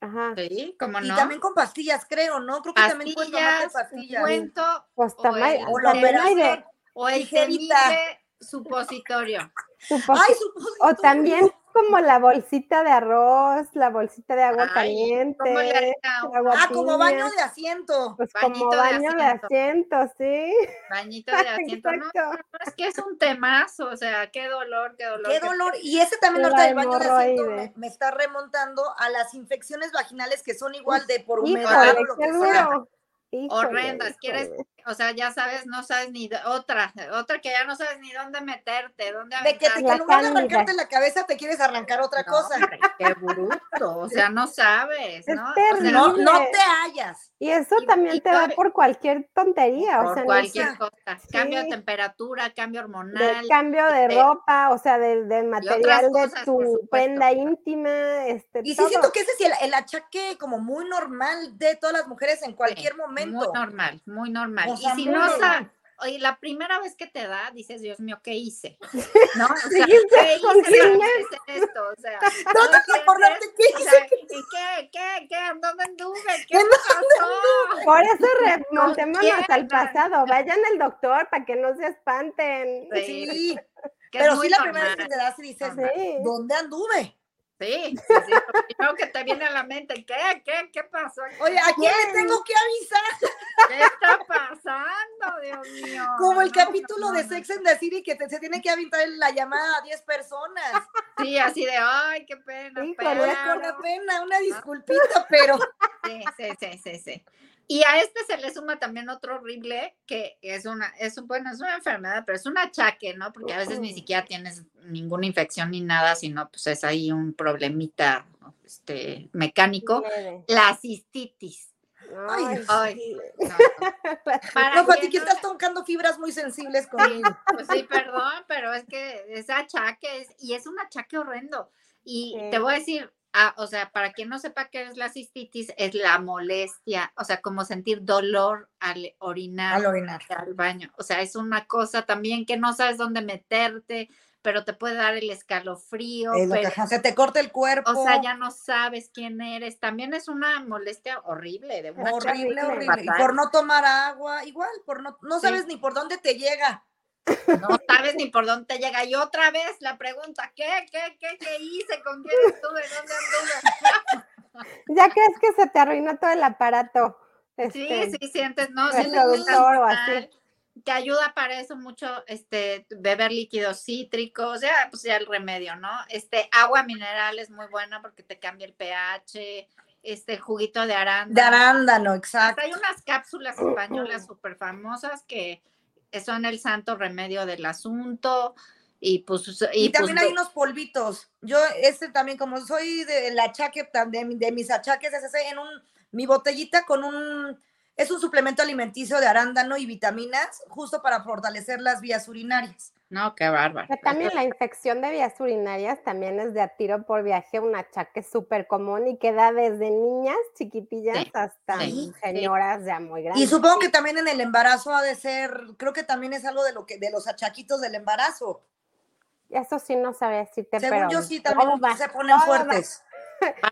[SPEAKER 3] Ajá.
[SPEAKER 1] Sí, como
[SPEAKER 2] y
[SPEAKER 1] no.
[SPEAKER 2] también con pastillas, creo, ¿no? Creo que también pueden tomarte
[SPEAKER 1] pastillas,
[SPEAKER 2] pastillas.
[SPEAKER 1] cuento
[SPEAKER 3] Pues
[SPEAKER 1] O
[SPEAKER 3] tamay-
[SPEAKER 1] el-
[SPEAKER 2] o la
[SPEAKER 3] también hay de
[SPEAKER 2] operación.
[SPEAKER 1] o el
[SPEAKER 2] Ligerita.
[SPEAKER 1] temible supositorio.
[SPEAKER 3] supos-
[SPEAKER 2] Ay, supositorio.
[SPEAKER 3] O también como la bolsita de arroz, la bolsita de agua
[SPEAKER 1] Ay,
[SPEAKER 3] caliente,
[SPEAKER 1] ¿Cómo le haría
[SPEAKER 3] el
[SPEAKER 1] un
[SPEAKER 3] agua
[SPEAKER 2] Ah, como baño
[SPEAKER 3] piña,
[SPEAKER 2] de asiento.
[SPEAKER 3] pues
[SPEAKER 1] bañito
[SPEAKER 3] como
[SPEAKER 1] de
[SPEAKER 3] baño de asiento, sí.
[SPEAKER 1] bañito de asiento? No,
[SPEAKER 3] Exacto.
[SPEAKER 1] no, es que es un temazo, o sea, qué dolor, qué dolor.
[SPEAKER 2] Qué
[SPEAKER 1] qué-
[SPEAKER 2] dolor. Y ese también ahorita
[SPEAKER 3] La
[SPEAKER 2] del baño de asiento
[SPEAKER 3] hemorroide.
[SPEAKER 2] me, me está remontando a las infecciones vaginales que son igual de por humedad
[SPEAKER 3] Híjole,
[SPEAKER 2] o lo
[SPEAKER 3] qué
[SPEAKER 2] que sea.
[SPEAKER 3] duro. Híjole,
[SPEAKER 1] Horrendas, ¿quieres?
[SPEAKER 3] híjole.
[SPEAKER 1] O sea, ya sabes, no sabes ni de- otra, otra que ya no sabes ni dónde meterte, dónde
[SPEAKER 2] De que, te,
[SPEAKER 1] aventarte.
[SPEAKER 2] que en lugar de
[SPEAKER 3] La
[SPEAKER 2] arrancarte la cabeza te quieres arrancar otra
[SPEAKER 1] No,
[SPEAKER 2] cosa.
[SPEAKER 1] hombre, qué bruto, o sea, no sabes,
[SPEAKER 3] Es
[SPEAKER 1] ¿no? O sea,
[SPEAKER 3] terrible.
[SPEAKER 2] No, no te hallas.
[SPEAKER 3] Y eso
[SPEAKER 1] Y-
[SPEAKER 3] también
[SPEAKER 1] y
[SPEAKER 3] te da
[SPEAKER 1] cabe-
[SPEAKER 3] por cualquier tontería, o
[SPEAKER 1] por
[SPEAKER 3] sea, no sé,
[SPEAKER 1] cualquier
[SPEAKER 2] sé.
[SPEAKER 1] cosa, cambio de
[SPEAKER 3] Sí.
[SPEAKER 1] temperatura, cambio
[SPEAKER 3] del
[SPEAKER 1] hormonal,
[SPEAKER 3] cambio de
[SPEAKER 1] de-
[SPEAKER 3] ropa, o sea, del del material
[SPEAKER 1] cosas,
[SPEAKER 3] de
[SPEAKER 1] por
[SPEAKER 3] tu
[SPEAKER 1] supuesto.
[SPEAKER 3] prenda íntima, este,
[SPEAKER 2] Y sí
[SPEAKER 3] todo.
[SPEAKER 2] siento que ese es el, el achaque como muy normal de todas las mujeres en cualquier momento.
[SPEAKER 1] muy normal, muy normal.
[SPEAKER 2] O sea,
[SPEAKER 1] y si
[SPEAKER 2] muy
[SPEAKER 1] no
[SPEAKER 2] normal.
[SPEAKER 1] sabes, oye, la primera vez que te da, dices, Dios mío, ¿qué hice? ¿No? O sea,
[SPEAKER 3] Seguiste
[SPEAKER 1] ¿qué hice
[SPEAKER 3] con
[SPEAKER 1] para
[SPEAKER 3] Sina.
[SPEAKER 1] merecer esto? O sea,
[SPEAKER 2] No te
[SPEAKER 1] ¿qué
[SPEAKER 2] acordarte
[SPEAKER 1] haces?
[SPEAKER 2] qué
[SPEAKER 1] O
[SPEAKER 2] hice.
[SPEAKER 1] sea, ¿y qué, qué, qué? ¿En ¿Dónde anduve? ¿Qué
[SPEAKER 2] ¿En
[SPEAKER 1] pasó?
[SPEAKER 3] Por eso remontémonos al
[SPEAKER 1] quiebran.
[SPEAKER 3] pasado. Vayan al doctor para que no se espanten.
[SPEAKER 1] Sí,
[SPEAKER 2] Sí,
[SPEAKER 1] Que es
[SPEAKER 2] pero
[SPEAKER 1] muy
[SPEAKER 2] sí la primera vez que
[SPEAKER 1] normal.
[SPEAKER 2] te das y dices,
[SPEAKER 1] Normal.
[SPEAKER 3] Sí.
[SPEAKER 2] ¿dónde anduve?
[SPEAKER 1] Sí, sí, sí, lo primero que te viene a la mente, ¿qué, qué, qué pasó?
[SPEAKER 2] Oye, ¿a quién le tengo que avisar?
[SPEAKER 1] ¿Qué está pasando, Dios mío?
[SPEAKER 2] Como el
[SPEAKER 1] No, no,
[SPEAKER 2] capítulo
[SPEAKER 1] no,
[SPEAKER 2] de
[SPEAKER 1] no.
[SPEAKER 2] Sex and the City que te- se tiene que aventar la llamada a 10 personas.
[SPEAKER 1] Sí, así de, ay, qué pena,
[SPEAKER 3] Híjole,
[SPEAKER 2] No es
[SPEAKER 1] pero-
[SPEAKER 2] una pena, una disculpita, pero
[SPEAKER 1] Sí, sí, sí, sí, sí. Y a este se le suma también otro horrible que es una, es un- bueno, es una enfermedad, pero es un achaque, ¿no? Porque a veces ni siquiera tienes ninguna infección ni nada, sino pues es ahí un problemita este, mecánico.
[SPEAKER 3] Leve.
[SPEAKER 1] La cistitis.
[SPEAKER 2] Ay,
[SPEAKER 3] Ay,
[SPEAKER 1] ay.
[SPEAKER 3] sí.
[SPEAKER 1] No, no. Para
[SPEAKER 2] no,
[SPEAKER 1] quien
[SPEAKER 2] Pati, que
[SPEAKER 1] no-
[SPEAKER 2] estás tocando fibras muy sensibles conmigo.
[SPEAKER 1] pues sí, perdón, pero es que es achaque es- y es un achaque horrendo. Y
[SPEAKER 3] Sí.
[SPEAKER 1] te voy a decir, ah, o sea, para quien no sepa qué es la cistitis, es la molestia, o sea, como sentir dolor al orinar,
[SPEAKER 2] Al orinar.
[SPEAKER 1] al baño. O sea, es una cosa también que no sabes dónde meterte, pero te puede dar el escalofrío,
[SPEAKER 2] Es lo que,
[SPEAKER 1] pero-
[SPEAKER 2] ajá, se te corta el cuerpo.
[SPEAKER 1] o sea, ya no sabes quién eres. También es una molestia horrible, de un achaque
[SPEAKER 2] Horrible,
[SPEAKER 3] chaqueta
[SPEAKER 2] horrible. Y
[SPEAKER 1] fatal.
[SPEAKER 2] por no tomar agua, igual, por no, no
[SPEAKER 1] Sí.
[SPEAKER 2] sabes ni por dónde te llega.
[SPEAKER 1] No sabes ni por dónde te llega. Y otra vez la pregunta, ¿qué, qué, qué, qué hice? ¿Con quién estuve? ¿Dónde anduve?
[SPEAKER 3] Ya crees que se te arruinó todo el aparato.
[SPEAKER 1] Sí,
[SPEAKER 3] este,
[SPEAKER 1] sí, sientes, no,
[SPEAKER 3] el
[SPEAKER 1] sientes que estás
[SPEAKER 3] productor o
[SPEAKER 1] mal,
[SPEAKER 3] así.
[SPEAKER 1] te ayuda para eso mucho, este, beber líquidos cítricos, o sea, pues ya el remedio, ¿no? Este, agua mineral es muy buena porque te cambia el pH, este, juguito de arándano.
[SPEAKER 2] De arándano,
[SPEAKER 1] Hasta
[SPEAKER 2] exacto.
[SPEAKER 1] Pues Hay unas cápsulas españolas súper famosas que son el santo remedio del asunto y pues...
[SPEAKER 2] Y, también
[SPEAKER 1] pues,
[SPEAKER 2] hay unos polvitos. Yo, este también, como soy del achaque, tan- de, mi- de mis achaques, es ese en un, mi botellita con un, es un suplemento alimenticio de arándano y vitaminas, justo para fortalecer las vías urinarias.
[SPEAKER 1] No, qué bárbaro.
[SPEAKER 3] Pero también la infección de vías urinarias también es de a tiro por viaje, un achaque súper común y que da desde niñas chiquitillas
[SPEAKER 1] Sí,
[SPEAKER 3] hasta
[SPEAKER 1] sí,
[SPEAKER 3] señoras ya muy grandes.
[SPEAKER 2] Y supongo que también en el embarazo ha de ser, creo que también es algo de lo que, de los achaquitos del embarazo.
[SPEAKER 3] Eso sí no sabía decirte,
[SPEAKER 2] Según
[SPEAKER 3] pero
[SPEAKER 2] yo sí,
[SPEAKER 3] todo
[SPEAKER 2] también
[SPEAKER 3] va-
[SPEAKER 2] se ponen
[SPEAKER 3] todo va.
[SPEAKER 2] fuertes.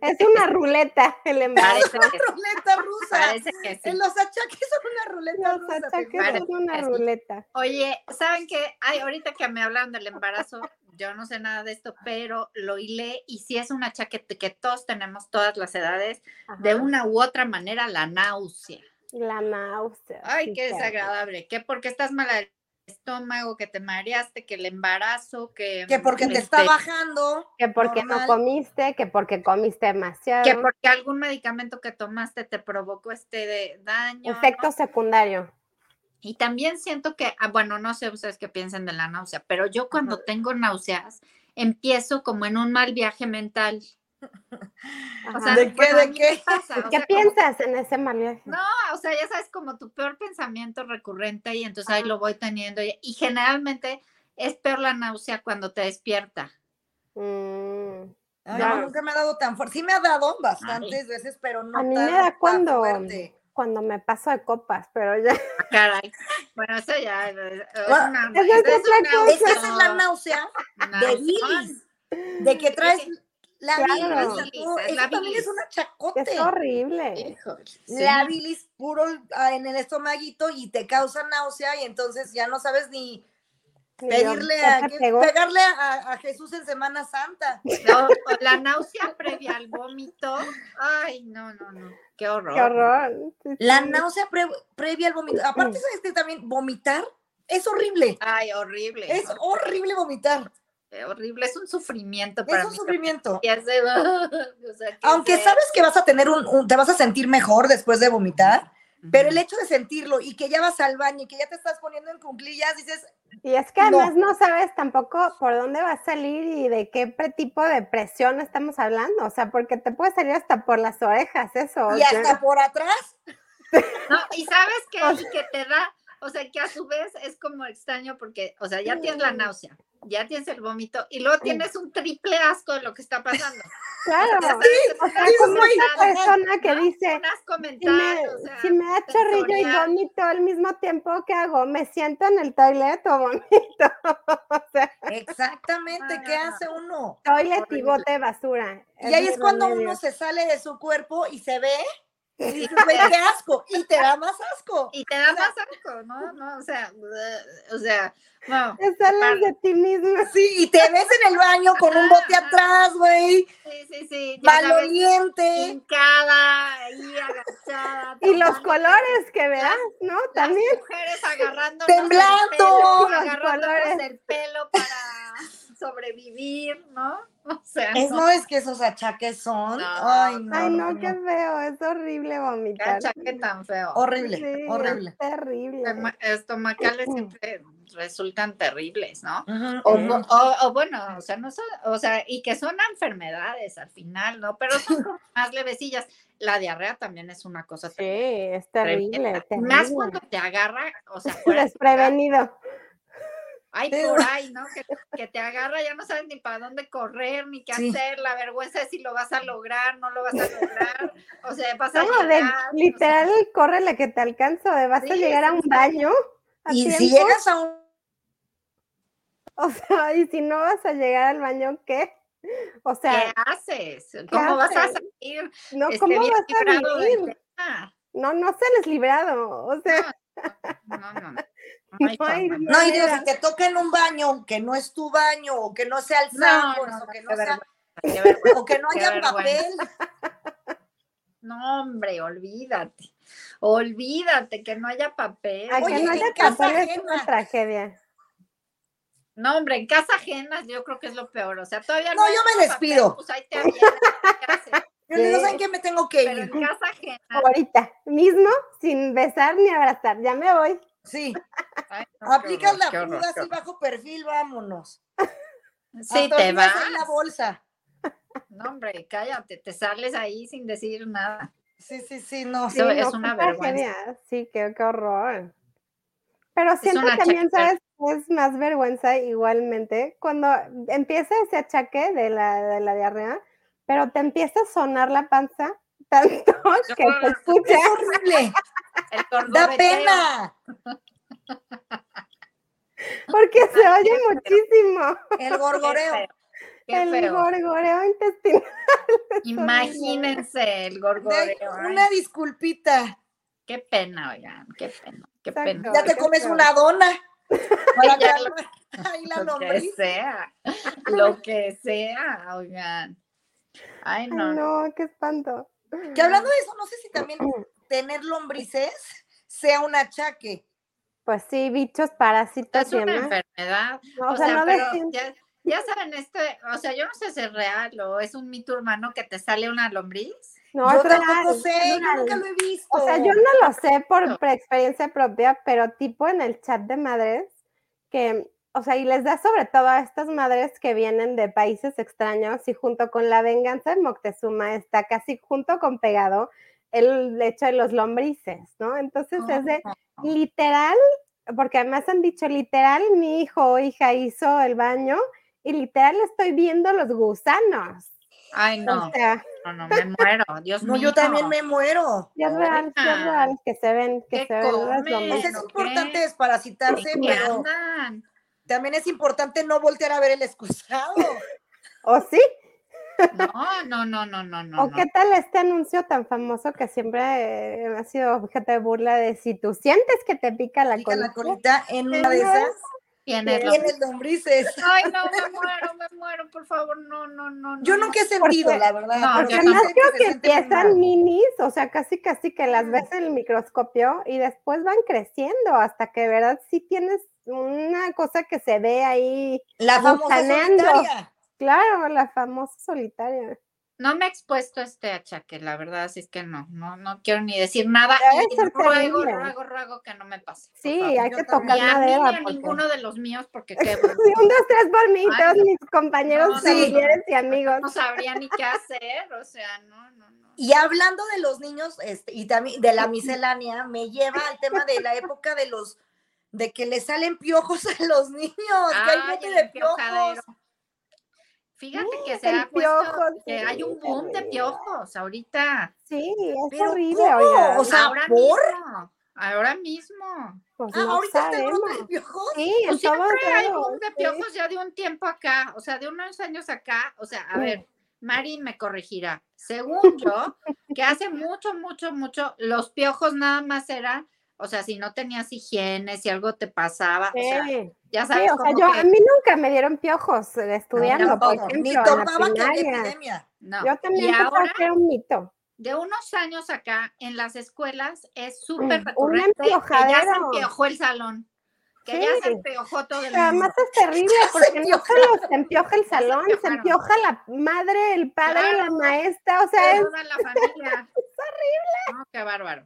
[SPEAKER 3] es una ruleta el embarazo.
[SPEAKER 1] Parece que,
[SPEAKER 2] Ruleta rusa.
[SPEAKER 1] parece que sí.
[SPEAKER 2] En los achaques son una ruleta
[SPEAKER 3] Los
[SPEAKER 2] rusa.
[SPEAKER 3] achaques
[SPEAKER 1] parece
[SPEAKER 2] fíjate.
[SPEAKER 3] son una
[SPEAKER 1] que sí.
[SPEAKER 3] ruleta.
[SPEAKER 1] Oye, ¿saben qué? Ay, ahorita que me hablan del embarazo, yo no sé nada de esto, pero lo hilé y sí es una chaqueta que todos tenemos, todas las edades, de
[SPEAKER 3] Ajá.
[SPEAKER 1] una u otra manera, la náusea.
[SPEAKER 3] La náusea.
[SPEAKER 1] Ay,
[SPEAKER 3] sí,
[SPEAKER 1] qué
[SPEAKER 3] claro.
[SPEAKER 1] desagradable. ¿Qué? Porque estás mal del estómago, que te mareaste, que el embarazo, que...
[SPEAKER 2] Que porque te está
[SPEAKER 1] este,
[SPEAKER 2] bajando.
[SPEAKER 3] Que porque
[SPEAKER 2] normal.
[SPEAKER 3] no comiste, que porque comiste demasiado.
[SPEAKER 1] Que porque algún medicamento que tomaste te provocó este de- daño. ¿no?
[SPEAKER 3] Efecto secundario.
[SPEAKER 1] Y también siento que, ah, bueno, no sé ustedes qué piensen de la náusea, pero yo cuando tengo náuseas empiezo como en un mal viaje mental. O sea,
[SPEAKER 3] Ajá.
[SPEAKER 2] ¿De qué,
[SPEAKER 1] bueno,
[SPEAKER 2] de
[SPEAKER 1] a mí
[SPEAKER 2] qué?
[SPEAKER 1] me pasa, o
[SPEAKER 3] ¿Qué
[SPEAKER 1] sea, como-
[SPEAKER 3] piensas en ese mal viaje?
[SPEAKER 1] No, o sea, ya sabes, como tu peor pensamiento recurrente y entonces ahí lo voy teniendo. Y, y generalmente es peor la náusea cuando te despierta.
[SPEAKER 3] Mm.
[SPEAKER 2] Ay,
[SPEAKER 3] Claro.
[SPEAKER 2] no, nunca me ha dado tan fuerte. Sí me ha dado bastantes veces, pero no
[SPEAKER 3] A mí
[SPEAKER 2] tan-
[SPEAKER 3] me da
[SPEAKER 2] tan
[SPEAKER 3] cuando,
[SPEAKER 2] fuerte.
[SPEAKER 3] cuando me paso de copas, pero ya.
[SPEAKER 1] Ah, Caray. Bueno, eso ya es es
[SPEAKER 2] Bueno,
[SPEAKER 1] una...
[SPEAKER 3] esa es
[SPEAKER 1] es
[SPEAKER 3] otra
[SPEAKER 1] una
[SPEAKER 3] cosa.
[SPEAKER 2] Ah, Es que esa es la
[SPEAKER 1] auto-
[SPEAKER 2] náusea de
[SPEAKER 1] náusea.
[SPEAKER 2] bilis, de que traes la
[SPEAKER 3] Claro.
[SPEAKER 2] bilis. y todo.
[SPEAKER 1] Es la
[SPEAKER 2] Eso también
[SPEAKER 1] bilis.
[SPEAKER 2] es un
[SPEAKER 3] Es
[SPEAKER 2] achacote.
[SPEAKER 3] horrible.
[SPEAKER 1] Híjole, sí.
[SPEAKER 2] La bilis puro ah, en el estomaguito y te causa náusea y entonces ya no sabes ni
[SPEAKER 3] Ni
[SPEAKER 2] pedirle
[SPEAKER 3] yo, ya
[SPEAKER 2] a,
[SPEAKER 3] te
[SPEAKER 2] que-
[SPEAKER 3] pegó.
[SPEAKER 2] pegarle a, a Jesús en Semana Santa.
[SPEAKER 1] No, o la náusea previa al vómito. Ay, no, no, no. Qué horror.
[SPEAKER 3] Qué horror. sí,
[SPEAKER 2] La
[SPEAKER 3] sí.
[SPEAKER 2] náusea pre- previa al vómito. Aparte, ¿sabes que también vomitar es horrible?
[SPEAKER 1] Ay, horrible.
[SPEAKER 2] Es horrible vomitar.
[SPEAKER 1] hor- horrible. Es un sufrimiento para
[SPEAKER 2] Es un
[SPEAKER 1] mí.
[SPEAKER 2] sufrimiento.
[SPEAKER 1] Y es de- o sea, que
[SPEAKER 2] Aunque
[SPEAKER 1] sea-
[SPEAKER 2] sabes que vas a tener un, un- te vas a sentir mejor después de vomitar,
[SPEAKER 1] Ujú.
[SPEAKER 2] pero el hecho de sentirlo y que ya vas al baño y que ya te estás poniendo en cuclillas, dices,
[SPEAKER 3] Y es que
[SPEAKER 2] No.
[SPEAKER 3] además no sabes tampoco por dónde va a salir y de qué pre- tipo de presión estamos hablando. O sea, porque te puede salir hasta por las orejas eso. o
[SPEAKER 2] y
[SPEAKER 3] sea,
[SPEAKER 2] hasta por atrás,
[SPEAKER 1] No, y sabes que,
[SPEAKER 3] O
[SPEAKER 1] que te da, o sea, que a su vez es como extraño porque, o sea, ya tienes la
[SPEAKER 3] Mm.
[SPEAKER 1] náusea, ya tienes el vómito y luego tienes un triple asco de lo que está pasando.
[SPEAKER 3] claro.
[SPEAKER 1] Ya sabes que
[SPEAKER 3] Ah, O sea,
[SPEAKER 1] estás
[SPEAKER 3] como esa
[SPEAKER 1] estresado,
[SPEAKER 3] persona que
[SPEAKER 1] ¿no?
[SPEAKER 3] dice,
[SPEAKER 1] Un asco
[SPEAKER 3] si me,
[SPEAKER 1] mental, o sea,
[SPEAKER 3] si me da chorrillo y
[SPEAKER 1] sensorial.
[SPEAKER 3] vómito al mismo tiempo, ¿qué hago? ¿Me siento en el toilet o vómito? o sea,
[SPEAKER 2] exactamente, ¿qué
[SPEAKER 1] Ah.
[SPEAKER 2] hace uno?
[SPEAKER 3] toilet y
[SPEAKER 1] Horrible.
[SPEAKER 3] bote de basura.
[SPEAKER 2] Y
[SPEAKER 3] es
[SPEAKER 2] ahí
[SPEAKER 3] mi
[SPEAKER 2] es cuando
[SPEAKER 3] remedio.
[SPEAKER 2] uno se sale de su cuerpo y se ve, y dices, "Güey, qué asco, y te da más asco.
[SPEAKER 1] y te da más asco, ¿no? No, o sea, o sea, no.
[SPEAKER 3] Te sales de ti mismo.
[SPEAKER 2] Sí, y te ves en el baño con un bote
[SPEAKER 1] Ajá.
[SPEAKER 2] atrás, güey,
[SPEAKER 1] Sí, sí, sí. Ya la ves
[SPEAKER 2] maloliente.
[SPEAKER 1] hincada, ahí agachada.
[SPEAKER 3] Y los
[SPEAKER 1] tomando-
[SPEAKER 3] colores que verás, ¿no?
[SPEAKER 1] las
[SPEAKER 3] También.
[SPEAKER 1] mujeres agarrando
[SPEAKER 2] Temblando.
[SPEAKER 3] Los colores.
[SPEAKER 1] el pelo para sobrevivir, ¿no? O sea,
[SPEAKER 2] Es,
[SPEAKER 1] no,
[SPEAKER 2] no es que esos achaques son.
[SPEAKER 1] No.
[SPEAKER 2] Ay, no.
[SPEAKER 3] Ay, no,
[SPEAKER 2] no,
[SPEAKER 3] qué
[SPEAKER 2] no.
[SPEAKER 3] feo, es horrible vomitar.
[SPEAKER 1] cacha, qué tan feo.
[SPEAKER 2] Horrible,
[SPEAKER 3] Sí, es
[SPEAKER 2] horrible.
[SPEAKER 3] terrible.
[SPEAKER 1] Estoma- Estomacales siempre resultan terribles, ¿no?
[SPEAKER 2] Ujú,
[SPEAKER 1] O,
[SPEAKER 2] ujú.
[SPEAKER 1] o- o bueno, o sea, no son, o sea, y que son enfermedades al final, ¿no? Pero son como más levecillas. La diarrea también es una cosa
[SPEAKER 3] Sí,
[SPEAKER 1] terrible.
[SPEAKER 3] es terrible.
[SPEAKER 1] Más
[SPEAKER 3] terrible.
[SPEAKER 1] cuando te agarra, o sea, fuera de lugar.
[SPEAKER 3] Desprevenido.
[SPEAKER 1] Ay,
[SPEAKER 2] Sí,
[SPEAKER 1] por
[SPEAKER 2] güey.
[SPEAKER 1] ahí, ¿no? Que, que te agarra, ya no sabes ni para dónde correr, ni qué
[SPEAKER 2] Sí.
[SPEAKER 1] hacer. La vergüenza es si lo vas a lograr, no lo vas a lograr. O sea, vas a
[SPEAKER 3] No, de,
[SPEAKER 1] llegar, o
[SPEAKER 3] literal,
[SPEAKER 1] sea,
[SPEAKER 3] corre la que te alcanzo, de vas a
[SPEAKER 1] Sí,
[SPEAKER 3] llegar a un baño. a
[SPEAKER 2] Y si
[SPEAKER 3] tiempo,
[SPEAKER 2] llegas a un
[SPEAKER 3] O sea, y si no vas a llegar al baño, ¿qué? O sea,
[SPEAKER 1] ¿Qué haces? ¿Cómo vas a
[SPEAKER 3] haces?
[SPEAKER 1] salir? Ah,
[SPEAKER 3] no,
[SPEAKER 1] Este,
[SPEAKER 3] ¿cómo
[SPEAKER 1] bien
[SPEAKER 3] vas
[SPEAKER 1] librado
[SPEAKER 3] a
[SPEAKER 1] del
[SPEAKER 3] vivir?
[SPEAKER 1] tema.
[SPEAKER 3] No, no sales librado. O sea,
[SPEAKER 1] No, no, no. No, hay
[SPEAKER 3] No hay
[SPEAKER 1] forma.
[SPEAKER 3] vida.
[SPEAKER 2] No, y digo,
[SPEAKER 3] manera.
[SPEAKER 2] si te toca en un baño que no es tu baño, o que no sea el
[SPEAKER 1] No,
[SPEAKER 2] Sanborns,
[SPEAKER 1] no,
[SPEAKER 2] o que
[SPEAKER 1] no,
[SPEAKER 2] no
[SPEAKER 1] qué
[SPEAKER 2] sea,
[SPEAKER 1] vergüenza, qué vergüenza.
[SPEAKER 2] o que no
[SPEAKER 1] qué
[SPEAKER 2] haya papel,
[SPEAKER 1] No, hombre, olvídate. Olvídate que no haya papel.
[SPEAKER 3] A que
[SPEAKER 2] Oye,
[SPEAKER 3] no
[SPEAKER 2] en
[SPEAKER 3] haya
[SPEAKER 2] casa
[SPEAKER 3] papel es
[SPEAKER 2] ajena.
[SPEAKER 3] una tragedia.
[SPEAKER 1] No, hombre, en casa ajena yo creo que es lo peor. O sea, todavía
[SPEAKER 2] No,
[SPEAKER 1] hay
[SPEAKER 2] yo me
[SPEAKER 1] papel,
[SPEAKER 2] despido.
[SPEAKER 1] pues ahí te avientas, ¿qué haces?
[SPEAKER 2] Yo le digo,
[SPEAKER 3] Sí.
[SPEAKER 2] ¿saben qué? Me tengo que
[SPEAKER 1] Pero en
[SPEAKER 2] ir.
[SPEAKER 1] casa ajena.
[SPEAKER 3] Ahorita mismo, sin besar ni abrazar. Ya me voy.
[SPEAKER 2] Sí,
[SPEAKER 1] ay, no, qué
[SPEAKER 2] aplicas
[SPEAKER 1] horror, qué
[SPEAKER 2] la
[SPEAKER 1] horror,
[SPEAKER 2] cruda
[SPEAKER 1] qué
[SPEAKER 2] así
[SPEAKER 1] horror.
[SPEAKER 2] bajo perfil, vámonos.
[SPEAKER 1] Sí,
[SPEAKER 2] Hasta
[SPEAKER 1] te
[SPEAKER 2] olvidas
[SPEAKER 1] vas.
[SPEAKER 2] ahí la bolsa.
[SPEAKER 1] No, hombre, cállate, te sales ahí sin decir nada.
[SPEAKER 2] Sí, sí, sí, no.
[SPEAKER 1] Sí. Eso es
[SPEAKER 3] qué
[SPEAKER 1] una vergüenza.
[SPEAKER 3] tragedia. Sí, qué, qué horror. Pero siento
[SPEAKER 1] una
[SPEAKER 3] también,
[SPEAKER 1] chaqueta.
[SPEAKER 3] ¿sabes? qué Es más vergüenza igualmente cuando empieza ese achaque de la, de la diarrea, pero te empieza a sonar la panza tanto que te escucha.
[SPEAKER 2] Es horrible.
[SPEAKER 1] El
[SPEAKER 2] Da
[SPEAKER 1] gorgobeteo.
[SPEAKER 2] pena.
[SPEAKER 3] Porque se
[SPEAKER 1] Ah,
[SPEAKER 3] oye
[SPEAKER 1] qué feo.
[SPEAKER 3] muchísimo
[SPEAKER 2] El
[SPEAKER 1] Qué
[SPEAKER 2] gorgoreo.
[SPEAKER 1] feo, qué
[SPEAKER 3] el
[SPEAKER 1] feo.
[SPEAKER 3] gorgoreo intestinal.
[SPEAKER 1] Imagínense el
[SPEAKER 2] De-
[SPEAKER 1] gorgoreo. ay,
[SPEAKER 2] una disculpita.
[SPEAKER 1] Qué pena, oigan, qué pena, qué
[SPEAKER 3] Exacto.
[SPEAKER 1] pena.
[SPEAKER 2] Ya te
[SPEAKER 3] qué
[SPEAKER 2] comes
[SPEAKER 3] feo.
[SPEAKER 2] una dona. Para
[SPEAKER 1] ya
[SPEAKER 2] calmar ahí la
[SPEAKER 1] Lo que
[SPEAKER 2] lombriz.
[SPEAKER 1] sea, lo que sea, oigan. Ay,
[SPEAKER 3] Ay,
[SPEAKER 1] no, no.
[SPEAKER 3] no, qué espanto.
[SPEAKER 2] Que hablando de eso, no sé si también tener lombrices sea un achaque.
[SPEAKER 3] Pues sí, bichos, parásitos
[SPEAKER 1] Es
[SPEAKER 3] y
[SPEAKER 1] una
[SPEAKER 3] demás.
[SPEAKER 1] enfermedad.
[SPEAKER 3] No,
[SPEAKER 1] O, sea,
[SPEAKER 3] no
[SPEAKER 1] pero
[SPEAKER 3] decir-
[SPEAKER 1] ya, ya saben, este, o sea, yo no sé si es real o es un mito urbano que te sale una lombriz.
[SPEAKER 3] no,
[SPEAKER 2] yo
[SPEAKER 3] es real,
[SPEAKER 2] tampoco
[SPEAKER 3] es
[SPEAKER 2] sé, yo
[SPEAKER 3] real.
[SPEAKER 2] nunca lo he visto.
[SPEAKER 3] O sea, yo no lo sé por,
[SPEAKER 1] No.
[SPEAKER 3] por experiencia propia, pero tipo en el chat de madres, que, o sea, y les da sobre todo a estas madres que vienen de países extraños y junto con la venganza de Moctezuma está casi junto con pegado el hecho de los lombrices, ¿no? Entonces es de
[SPEAKER 1] Ah.
[SPEAKER 3] literal, porque además han dicho literal, mi hijo o hija hizo el baño y literal estoy viendo los gusanos.
[SPEAKER 1] Ay, no,
[SPEAKER 3] O sea,
[SPEAKER 1] no, no, me muero. Dios
[SPEAKER 2] No,
[SPEAKER 1] mío.
[SPEAKER 2] yo también me muero.
[SPEAKER 3] ya es real, ya es
[SPEAKER 1] Oigan,
[SPEAKER 3] real que se ven,
[SPEAKER 1] ¿qué
[SPEAKER 3] que se ven las
[SPEAKER 1] comen?
[SPEAKER 2] O sea,
[SPEAKER 3] lombrices.
[SPEAKER 2] es
[SPEAKER 1] Bueno,
[SPEAKER 2] importante
[SPEAKER 1] ¿qué?
[SPEAKER 2] desparasitarse,
[SPEAKER 1] ¿Dónde
[SPEAKER 2] pero
[SPEAKER 1] andan?
[SPEAKER 2] también es importante no voltear a ver el excusado.
[SPEAKER 3] ¿O sí?
[SPEAKER 1] No, no, no, no, no, no.
[SPEAKER 3] ¿O
[SPEAKER 1] no.
[SPEAKER 3] qué tal este anuncio tan famoso que siempre eh, ha sido objeto de burla de si tú sientes que te pica la
[SPEAKER 2] Pica la
[SPEAKER 3] cola?
[SPEAKER 2] colita en una de
[SPEAKER 3] Señor,
[SPEAKER 2] esas.
[SPEAKER 1] Tienes lo-
[SPEAKER 2] Tienes lombrices.
[SPEAKER 1] Ay, no, me muero, me muero, por favor, no, no, no. no,
[SPEAKER 2] Yo
[SPEAKER 1] no.
[SPEAKER 2] nunca he sentido, la verdad.
[SPEAKER 1] No, yo
[SPEAKER 2] pero sí
[SPEAKER 3] Además
[SPEAKER 2] sé
[SPEAKER 3] creo
[SPEAKER 2] se
[SPEAKER 3] que
[SPEAKER 2] siente muy
[SPEAKER 3] empiezan
[SPEAKER 2] mal.
[SPEAKER 3] minis, o sea, casi casi que las
[SPEAKER 2] Mm.
[SPEAKER 3] ves en el microscopio y después van creciendo hasta que de verdad sí tienes una cosa que se ve ahí.
[SPEAKER 2] La famosa
[SPEAKER 3] gusaneando.
[SPEAKER 2] solitaria.
[SPEAKER 3] Claro, la famosa solitaria.
[SPEAKER 1] No me he expuesto a este achaque, la verdad, así es que no, no, no quiero ni decir nada.
[SPEAKER 3] Debe
[SPEAKER 1] y
[SPEAKER 3] ser
[SPEAKER 1] ruego,
[SPEAKER 3] terrible.
[SPEAKER 1] ruego, ruego que no me pase. por
[SPEAKER 3] Sí,
[SPEAKER 1] favor.
[SPEAKER 3] hay
[SPEAKER 2] yo
[SPEAKER 3] que
[SPEAKER 2] también.
[SPEAKER 3] tocar
[SPEAKER 1] Ni a mí ni
[SPEAKER 3] madera.
[SPEAKER 1] a
[SPEAKER 3] porque-
[SPEAKER 1] ninguno de los míos, porque qué
[SPEAKER 3] Sí, un, dos, tres por mí,
[SPEAKER 1] Ay,
[SPEAKER 3] todos mis compañeros,
[SPEAKER 1] no,
[SPEAKER 2] sí.
[SPEAKER 3] familiares y amigos.
[SPEAKER 1] no sabría ni qué hacer, o sea, no, no, no.
[SPEAKER 2] Y hablando de los niños este, y también de la miscelánea, me lleva al tema de la época de los de que le salen piojos a los niños, que hay
[SPEAKER 1] Ay,
[SPEAKER 2] bote
[SPEAKER 1] el
[SPEAKER 2] de
[SPEAKER 1] piojadero.
[SPEAKER 2] piojos. Mm,
[SPEAKER 1] Fíjate que se
[SPEAKER 3] el
[SPEAKER 1] ha puesto
[SPEAKER 3] piojo,
[SPEAKER 1] que
[SPEAKER 3] sí,
[SPEAKER 1] hay un boom de
[SPEAKER 3] terrible.
[SPEAKER 1] piojos ahorita.
[SPEAKER 3] Sí, es
[SPEAKER 2] Pero
[SPEAKER 3] horrible.
[SPEAKER 2] ¿cómo?
[SPEAKER 3] oigan,
[SPEAKER 2] O sea,
[SPEAKER 1] ahora
[SPEAKER 2] ¿por?
[SPEAKER 1] mismo. Ahora mismo.
[SPEAKER 3] pues
[SPEAKER 2] Ah,
[SPEAKER 3] no
[SPEAKER 2] ahorita está el brote de
[SPEAKER 3] sabemos.
[SPEAKER 2] piojos.
[SPEAKER 3] Sí, en
[SPEAKER 1] Pues siempre
[SPEAKER 3] todos
[SPEAKER 1] hay
[SPEAKER 3] lados,
[SPEAKER 1] boom de
[SPEAKER 3] sí.
[SPEAKER 1] piojos ya de un tiempo acá, o sea, de unos años acá, o sea, a
[SPEAKER 3] Mm.
[SPEAKER 1] ver, Mari me corregirá. Según yo, que hace mucho, mucho, mucho, los piojos nada más eran, o sea, si no tenías higiene, si algo te pasaba, o sea,
[SPEAKER 3] Sí,
[SPEAKER 1] ya
[SPEAKER 3] sí,
[SPEAKER 1] sabes
[SPEAKER 3] o sea,
[SPEAKER 1] como
[SPEAKER 3] yo
[SPEAKER 1] que-
[SPEAKER 3] a mí nunca me dieron piojos eh, estudiando, por
[SPEAKER 2] Tampoco,
[SPEAKER 3] ejemplo,
[SPEAKER 2] Ni
[SPEAKER 3] en la
[SPEAKER 2] topaban que había
[SPEAKER 3] primaria.
[SPEAKER 2] epidemia.
[SPEAKER 1] no.
[SPEAKER 3] Yo
[SPEAKER 1] Y
[SPEAKER 3] también pensaba
[SPEAKER 1] ahora, Mm.
[SPEAKER 3] que era un mito.
[SPEAKER 1] de unos años acá, en las escuelas es súper
[SPEAKER 3] Un
[SPEAKER 1] recurrente que ya se
[SPEAKER 3] empiojadero.
[SPEAKER 1] empiojó el salón, que ya se
[SPEAKER 3] Sí.
[SPEAKER 1] empiojó todo el
[SPEAKER 3] Pero Además
[SPEAKER 1] mundo.
[SPEAKER 3] es terrible porque no solo se empioja el
[SPEAKER 1] Ya se
[SPEAKER 3] salón, se
[SPEAKER 1] empiojaron.
[SPEAKER 3] empioja la madre, el padre, la
[SPEAKER 1] Claro.
[SPEAKER 3] maestra, o sea, es
[SPEAKER 1] Toda la familia. No, qué bárbaro.